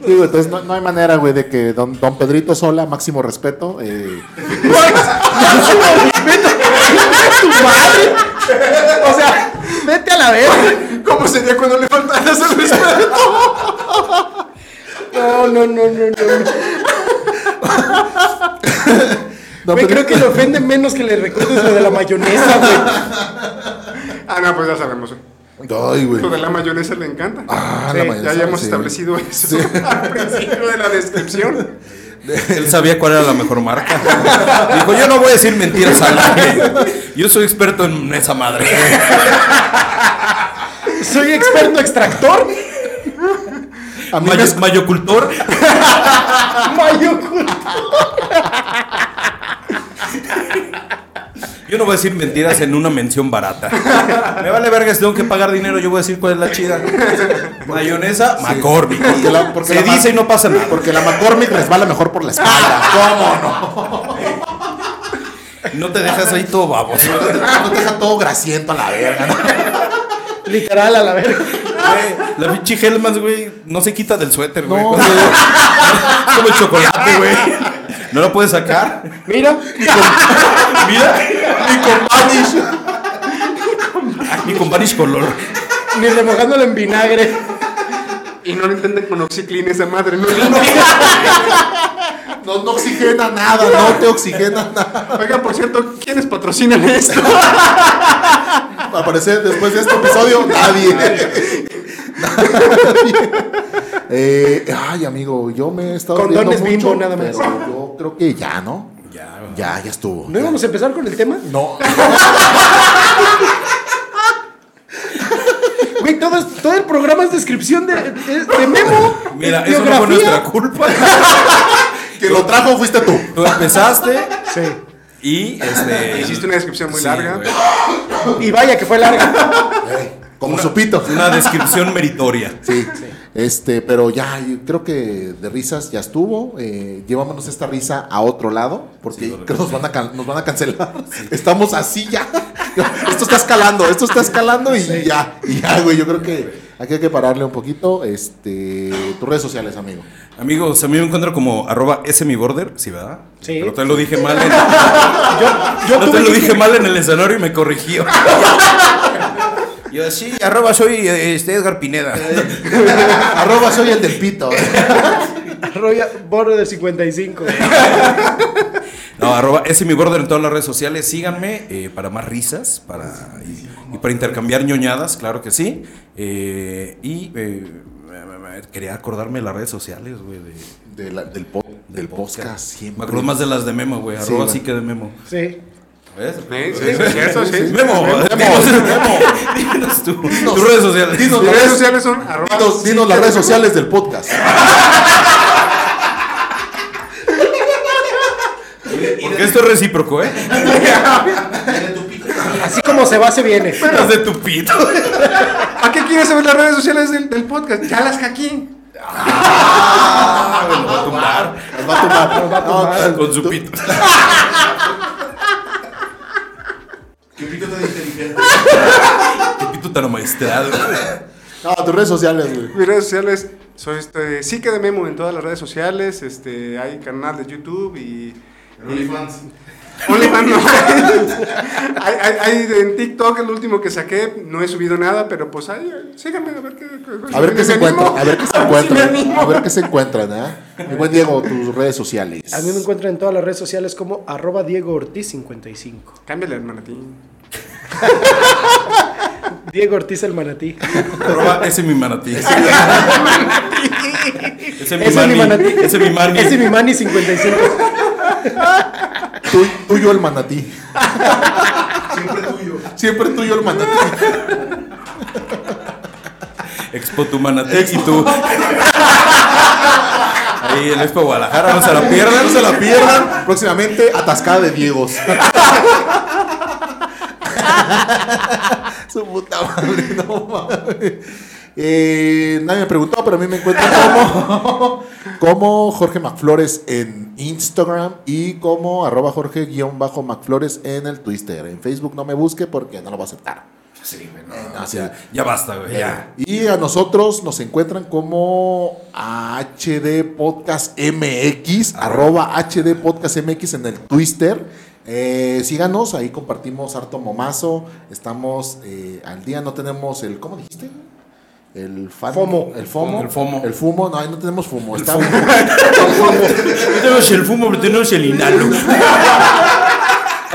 [SPEAKER 5] güey, entonces no, no hay manera, güey, de que don, don Pedrito Sola, máximo respeto, eh,
[SPEAKER 4] ¡Tu madre! O sea, vete a la vez.
[SPEAKER 6] ¿Cómo sería cuando le faltaras al respeto?
[SPEAKER 4] No, no, no, no, no.
[SPEAKER 5] don
[SPEAKER 4] Güey,
[SPEAKER 5] Pedrito-
[SPEAKER 4] creo que le ofende menos que le recuerdes lo de la mayonesa, güey.
[SPEAKER 6] Ah, no, pues ya sabemos.
[SPEAKER 5] Ay, güey.
[SPEAKER 6] Lo de la mayonesa le encanta.
[SPEAKER 5] Ah,
[SPEAKER 4] Sí, ya
[SPEAKER 5] la
[SPEAKER 6] ya
[SPEAKER 5] mayonesa,
[SPEAKER 6] habíamos
[SPEAKER 5] sí.
[SPEAKER 6] establecido eso al principio de la descripción.
[SPEAKER 3] Él sabía cuál era la mejor marca. Dijo, yo no voy a decir mentiras a nadie. Yo soy experto en esa madre.
[SPEAKER 4] Soy experto extractor.
[SPEAKER 5] A mí
[SPEAKER 3] Mayo- mayocultor.
[SPEAKER 4] Mayocul.
[SPEAKER 3] Yo no voy a decir mentiras en una mención barata. Me vale verga si tengo que pagar dinero, yo voy a decir cuál es la chida. Mayonesa, McCormick.
[SPEAKER 5] Porque la- porque
[SPEAKER 3] Se
[SPEAKER 5] la ma-
[SPEAKER 3] dice y no pasa nada.
[SPEAKER 5] Porque la McCormick resbala mejor por la espalda. ¿Cómo
[SPEAKER 3] No te dejas ahí todo baboso.
[SPEAKER 5] no? No te deja todo grasiento a la verga. ¿no?
[SPEAKER 4] Literal, a la verga.
[SPEAKER 3] Güey, La pinche Helmans, güey, no se quita del suéter, güey.
[SPEAKER 5] No,
[SPEAKER 3] Cuando- Es Como el chocolate, güey. No lo puedes sacar.
[SPEAKER 4] Mira,
[SPEAKER 3] Mira. Mi companish. Mi companish color.
[SPEAKER 4] ni remojándolo en vinagre.
[SPEAKER 6] Y no lo intentan con oxiclina esa madre, no
[SPEAKER 5] No, no oxigena nada, no te oxigena nada.
[SPEAKER 6] Oigan, por cierto, ¿quiénes patrocinan esto?
[SPEAKER 5] Aparece después de este episodio nadie. Eh, ay, amigo, yo me he estado riendo
[SPEAKER 4] Condones
[SPEAKER 5] mucho,
[SPEAKER 4] Bimbo, nada más.
[SPEAKER 5] pero yo creo que ya, ¿no?
[SPEAKER 3] Ya,
[SPEAKER 5] Ya, ya estuvo.
[SPEAKER 4] ¿No íbamos a empezar con el tema?
[SPEAKER 5] No,
[SPEAKER 4] Güey, todo, es- todo el programa es descripción de, de- de Memo.
[SPEAKER 3] Mira,
[SPEAKER 4] es
[SPEAKER 3] eso no fue
[SPEAKER 4] biografía.
[SPEAKER 3] nuestra culpa.
[SPEAKER 5] que lo trajo fuiste tú.
[SPEAKER 3] Tú empezaste
[SPEAKER 4] Sí.
[SPEAKER 3] y este.
[SPEAKER 6] Hiciste una descripción muy larga.
[SPEAKER 3] güey.
[SPEAKER 4] Y vaya que fue larga.
[SPEAKER 5] Como supito.
[SPEAKER 3] Una descripción meritoria.
[SPEAKER 5] Sí. Este, pero ya, yo creo que de risas ya estuvo. Eh, llevámonos esta risa a otro lado, porque creo que nos van a, can- nos van a cancelar. Estamos así ya. Esto está escalando, esto está escalando y ya, y ya, güey. Yo creo que aquí hay que pararle un poquito. Este, tus redes sociales, amigo.
[SPEAKER 3] Amigos, a mí me encuentro como arroba ese mi border, ¿sí, verdad?
[SPEAKER 4] Sí.
[SPEAKER 3] Pero te lo dije mal en,
[SPEAKER 4] Yo
[SPEAKER 3] no te
[SPEAKER 4] tuve
[SPEAKER 3] lo
[SPEAKER 4] que-
[SPEAKER 3] dije mal en el escenario y me corrigió. Yo sí, arroba soy eh, este Edgar Pineda.
[SPEAKER 5] Arroba soy el del pito.
[SPEAKER 4] Roya Borre de 55.
[SPEAKER 3] No, arroba ese mi border en todas las redes sociales. Síganme eh, para más risas para, y, y para intercambiar ñoñadas, claro que sí. Eh, y eh, quería acordarme de las redes sociales, güey. de-
[SPEAKER 5] De la- del, po- del podcast siempre.
[SPEAKER 3] Me acuerdo más de las de Memo, güey. Arroba
[SPEAKER 5] Sí,
[SPEAKER 3] sí que de Memo.
[SPEAKER 4] Sí.
[SPEAKER 3] ¿Ves?
[SPEAKER 6] ¿Eh? Sí, sí, cierto, sí.
[SPEAKER 3] Memo, Memo, Memo. Dinos tú, tus redes sociales.
[SPEAKER 5] Dinos,
[SPEAKER 6] Mis
[SPEAKER 5] las
[SPEAKER 6] redes
[SPEAKER 5] redes-
[SPEAKER 6] sociales son arroba
[SPEAKER 5] dinos- dinos las redes sociales del podcast.
[SPEAKER 3] Porque esto es recíproco, ¿eh?
[SPEAKER 4] Así como se va, se viene.
[SPEAKER 3] Las de tu pito.
[SPEAKER 6] ¿A qué quieres saber las redes sociales del, del podcast? Ya las hackeé.
[SPEAKER 3] Lo Ah, va a tumbar
[SPEAKER 5] Nos va a tumbar.
[SPEAKER 4] Nos va a tumbar.
[SPEAKER 5] No,
[SPEAKER 3] con su
[SPEAKER 5] Ah, tú-
[SPEAKER 3] pito.
[SPEAKER 7] Qué pito tan inteligente.
[SPEAKER 3] Tu pito tan maestrado.
[SPEAKER 5] No, tus redes sociales, güey.
[SPEAKER 6] Mis redes sociales, soy este, sí que de Memo en todas las redes sociales. Este, hay canal de YouTube y.
[SPEAKER 7] OnlyFans.
[SPEAKER 6] OnlyFans no. hay, hay- hay de- en TikTok el último que saqué, no he subido nada, pero pues ahí, síganme a ver qué.
[SPEAKER 5] A ver qué se encuentran, a ver qué se encuentran, a
[SPEAKER 6] encuentra.
[SPEAKER 5] ver qué se encuentran, ¿eh? Mi buen Diego, tus redes sociales.
[SPEAKER 4] A mí me encuentran en todas las redes sociales como arroba Diego Ortiz 55.
[SPEAKER 6] Cámbiale al manatín.
[SPEAKER 4] Diego Ortiz el manatí.
[SPEAKER 3] Arroba, ese es mi manatí. Ese es mi
[SPEAKER 4] Ese es mi
[SPEAKER 3] mani.
[SPEAKER 4] manatí.
[SPEAKER 3] Ese es mi mani.
[SPEAKER 4] Ese es mi mani 55.
[SPEAKER 5] Tú, tuyo el manatí.
[SPEAKER 7] Siempre tuyo.
[SPEAKER 5] Siempre tuyo el manatí.
[SPEAKER 3] Expo tu manatí y tú. Ahí en Expo Guadalajara, no se la
[SPEAKER 5] Pierdan,
[SPEAKER 3] pierdan.
[SPEAKER 5] no se la pierdan. Próximamente, atascada de Diegos. Su puta madre, no mames. Eh, nadie me preguntó, pero a mí me encuentran como, como Jorge Macflores en Instagram y como arroba Jorge-Macflores en el Twitter. En Facebook no me busque porque no lo va a aceptar.
[SPEAKER 3] Ah, Sí, güey, no,
[SPEAKER 5] Eh, no,
[SPEAKER 3] o
[SPEAKER 5] sí.
[SPEAKER 3] sea, ya basta, güey. Ya.
[SPEAKER 5] Y a nosotros nos encuentran como HD Podcast MX, arroba HD Podcast MX en el Twitter. Eh, síganos, ahí compartimos harto momazo. Estamos eh, al día, no tenemos el. ¿Cómo dijiste? El fan-
[SPEAKER 4] FOMO.
[SPEAKER 5] El FOMO.
[SPEAKER 3] El FOMO.
[SPEAKER 5] El fumo, no, ahí no tenemos fumo. está-
[SPEAKER 3] No tenemos el fumo, pero tenemos el inhalo.
[SPEAKER 5] Ahí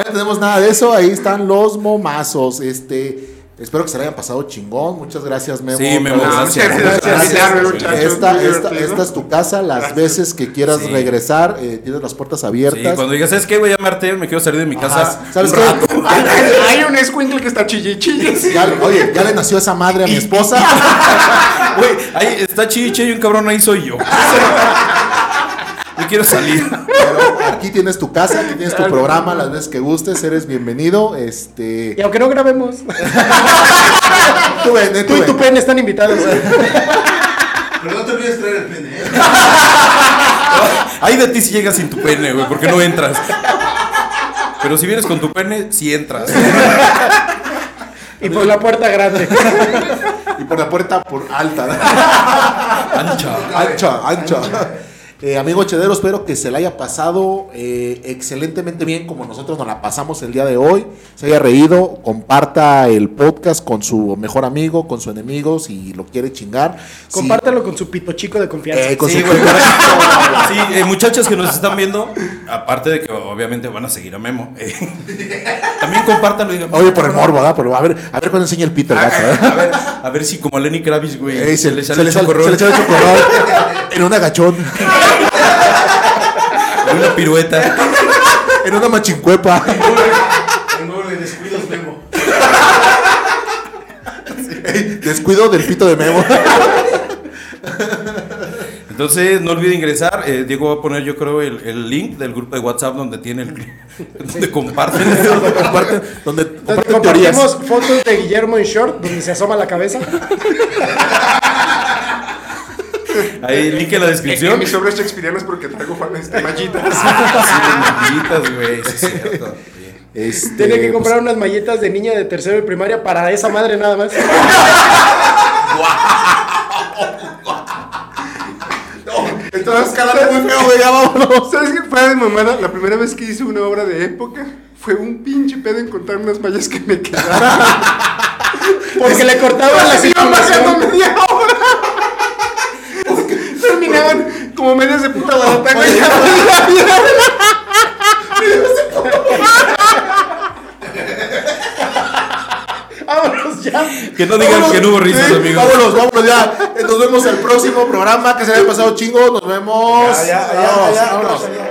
[SPEAKER 5] no tenemos nada de eso, ahí están los momazos. Este. Espero que se la hayan pasado chingón. Muchas gracias, Memo.
[SPEAKER 3] Sí, Memo,
[SPEAKER 5] Gracias.
[SPEAKER 3] gracias.
[SPEAKER 6] Gracias.
[SPEAKER 5] Gracias.
[SPEAKER 6] Gracias.
[SPEAKER 5] Esta, esta-
[SPEAKER 6] Muy divertido.
[SPEAKER 5] esta es tu casa. Las veces que quieras
[SPEAKER 3] Sí.
[SPEAKER 5] regresar, eh, tienes las puertas
[SPEAKER 3] Sí,
[SPEAKER 5] abiertas.
[SPEAKER 3] cuando digas, ¿sabes qué? Voy a llamarte, me quiero salir de mi casa.
[SPEAKER 5] Ajá. ¿Sabes
[SPEAKER 3] un
[SPEAKER 5] qué?
[SPEAKER 3] rato".
[SPEAKER 6] Hay un escuincle que está chille chille.
[SPEAKER 5] Ya- oye, ya le nació esa madre a mi esposa.
[SPEAKER 3] Güey, ahí está chiche y un cabrón ahí soy yo. Yo quiero salir.
[SPEAKER 5] Pero aquí tienes tu casa, aquí tienes tu programa. Las veces que gustes, eres bienvenido. Este,
[SPEAKER 4] Y aunque no grabemos,
[SPEAKER 5] tú ven, eh, tú
[SPEAKER 4] tú y
[SPEAKER 5] ven.
[SPEAKER 4] tu pene están invitados.
[SPEAKER 7] Pero no te olvides traer el pene, ¿eh?
[SPEAKER 3] Ay de ti si llegas sin tu pene, güey, porque no entras. Pero si vienes con tu pene, sí entras.
[SPEAKER 4] Y por la puerta grande.
[SPEAKER 5] Y por la puerta por alta. ¿no?
[SPEAKER 3] Ancha.
[SPEAKER 5] ancha, ancha. Eh, amigo Chedero, espero que se la haya pasado eh, excelentemente bien como nosotros nos la pasamos el día de hoy. Se haya reído, comparta el podcast con su mejor amigo, con su enemigo, si lo quiere chingar. Si-
[SPEAKER 4] Compártelo con su pito chico de confianza.
[SPEAKER 5] eh, con
[SPEAKER 3] Sí,
[SPEAKER 5] su-
[SPEAKER 3] güey. Sí, eh, muchachas que nos están viendo, aparte de que obviamente van a seguir a Memo, eh, también compártanlo. y digan,
[SPEAKER 5] Oye, por el morbo, ¿verdad? Por- a ver, a ver cuando enseña el pito el gato, ¿verdad?
[SPEAKER 3] A ver, a ver si como a Lenny Kravis, güey,
[SPEAKER 5] Eh, se,
[SPEAKER 3] sale
[SPEAKER 5] le se le
[SPEAKER 3] Ah, el
[SPEAKER 5] sale
[SPEAKER 3] chocorrol
[SPEAKER 5] se le sale el chocorrol en un agachón,
[SPEAKER 3] en una pirueta.
[SPEAKER 5] en una machincuepa.
[SPEAKER 7] En Google de descuidos, Memo.
[SPEAKER 5] Ey, Descuido del pito de Memo.
[SPEAKER 3] Entonces, no olviden ingresar. eh, Diego va a poner, yo creo, el, el link del grupo de WhatsApp donde tiene el, donde comparten.
[SPEAKER 5] Comparte- donde
[SPEAKER 4] Entonces,
[SPEAKER 5] comparte teorías.
[SPEAKER 4] compartimos fotos de Guillermo en short donde se asoma la cabeza.
[SPEAKER 3] Ahí, link en la descripción.
[SPEAKER 6] Mis obras shakespearianas porque traigo fan- este, mallitas.
[SPEAKER 3] Malditas, güey, sí es cierto.
[SPEAKER 5] Este,
[SPEAKER 4] Tiene que
[SPEAKER 5] pues,
[SPEAKER 4] comprar unas malletas de niña de tercero de primaria para esa madre nada más.
[SPEAKER 6] Entonces, cada vez muy feo, güey, ya vámonos. ¿Sabes qué fue de mamada? La primera vez que hice una obra de época fue un pinche pedo encontrar unas vallas que me quedaran.
[SPEAKER 4] Porque le cortaban la
[SPEAKER 6] Se iban bajando
[SPEAKER 4] circulación.
[SPEAKER 6] media hora. Terminaban como medias de puta barata, güey.
[SPEAKER 4] Vámonos ya.
[SPEAKER 3] Que no digan que no hubo risas,
[SPEAKER 5] Sí,
[SPEAKER 3] amigos.
[SPEAKER 5] Vámonos, vámonos ya. Eh, Nos vemos el próximo programa que se haya pasado chingo. Nos vemos.
[SPEAKER 7] Ya, ya, ya,
[SPEAKER 5] Vámonos,
[SPEAKER 7] ya, ya,
[SPEAKER 5] vámonos.
[SPEAKER 7] ya.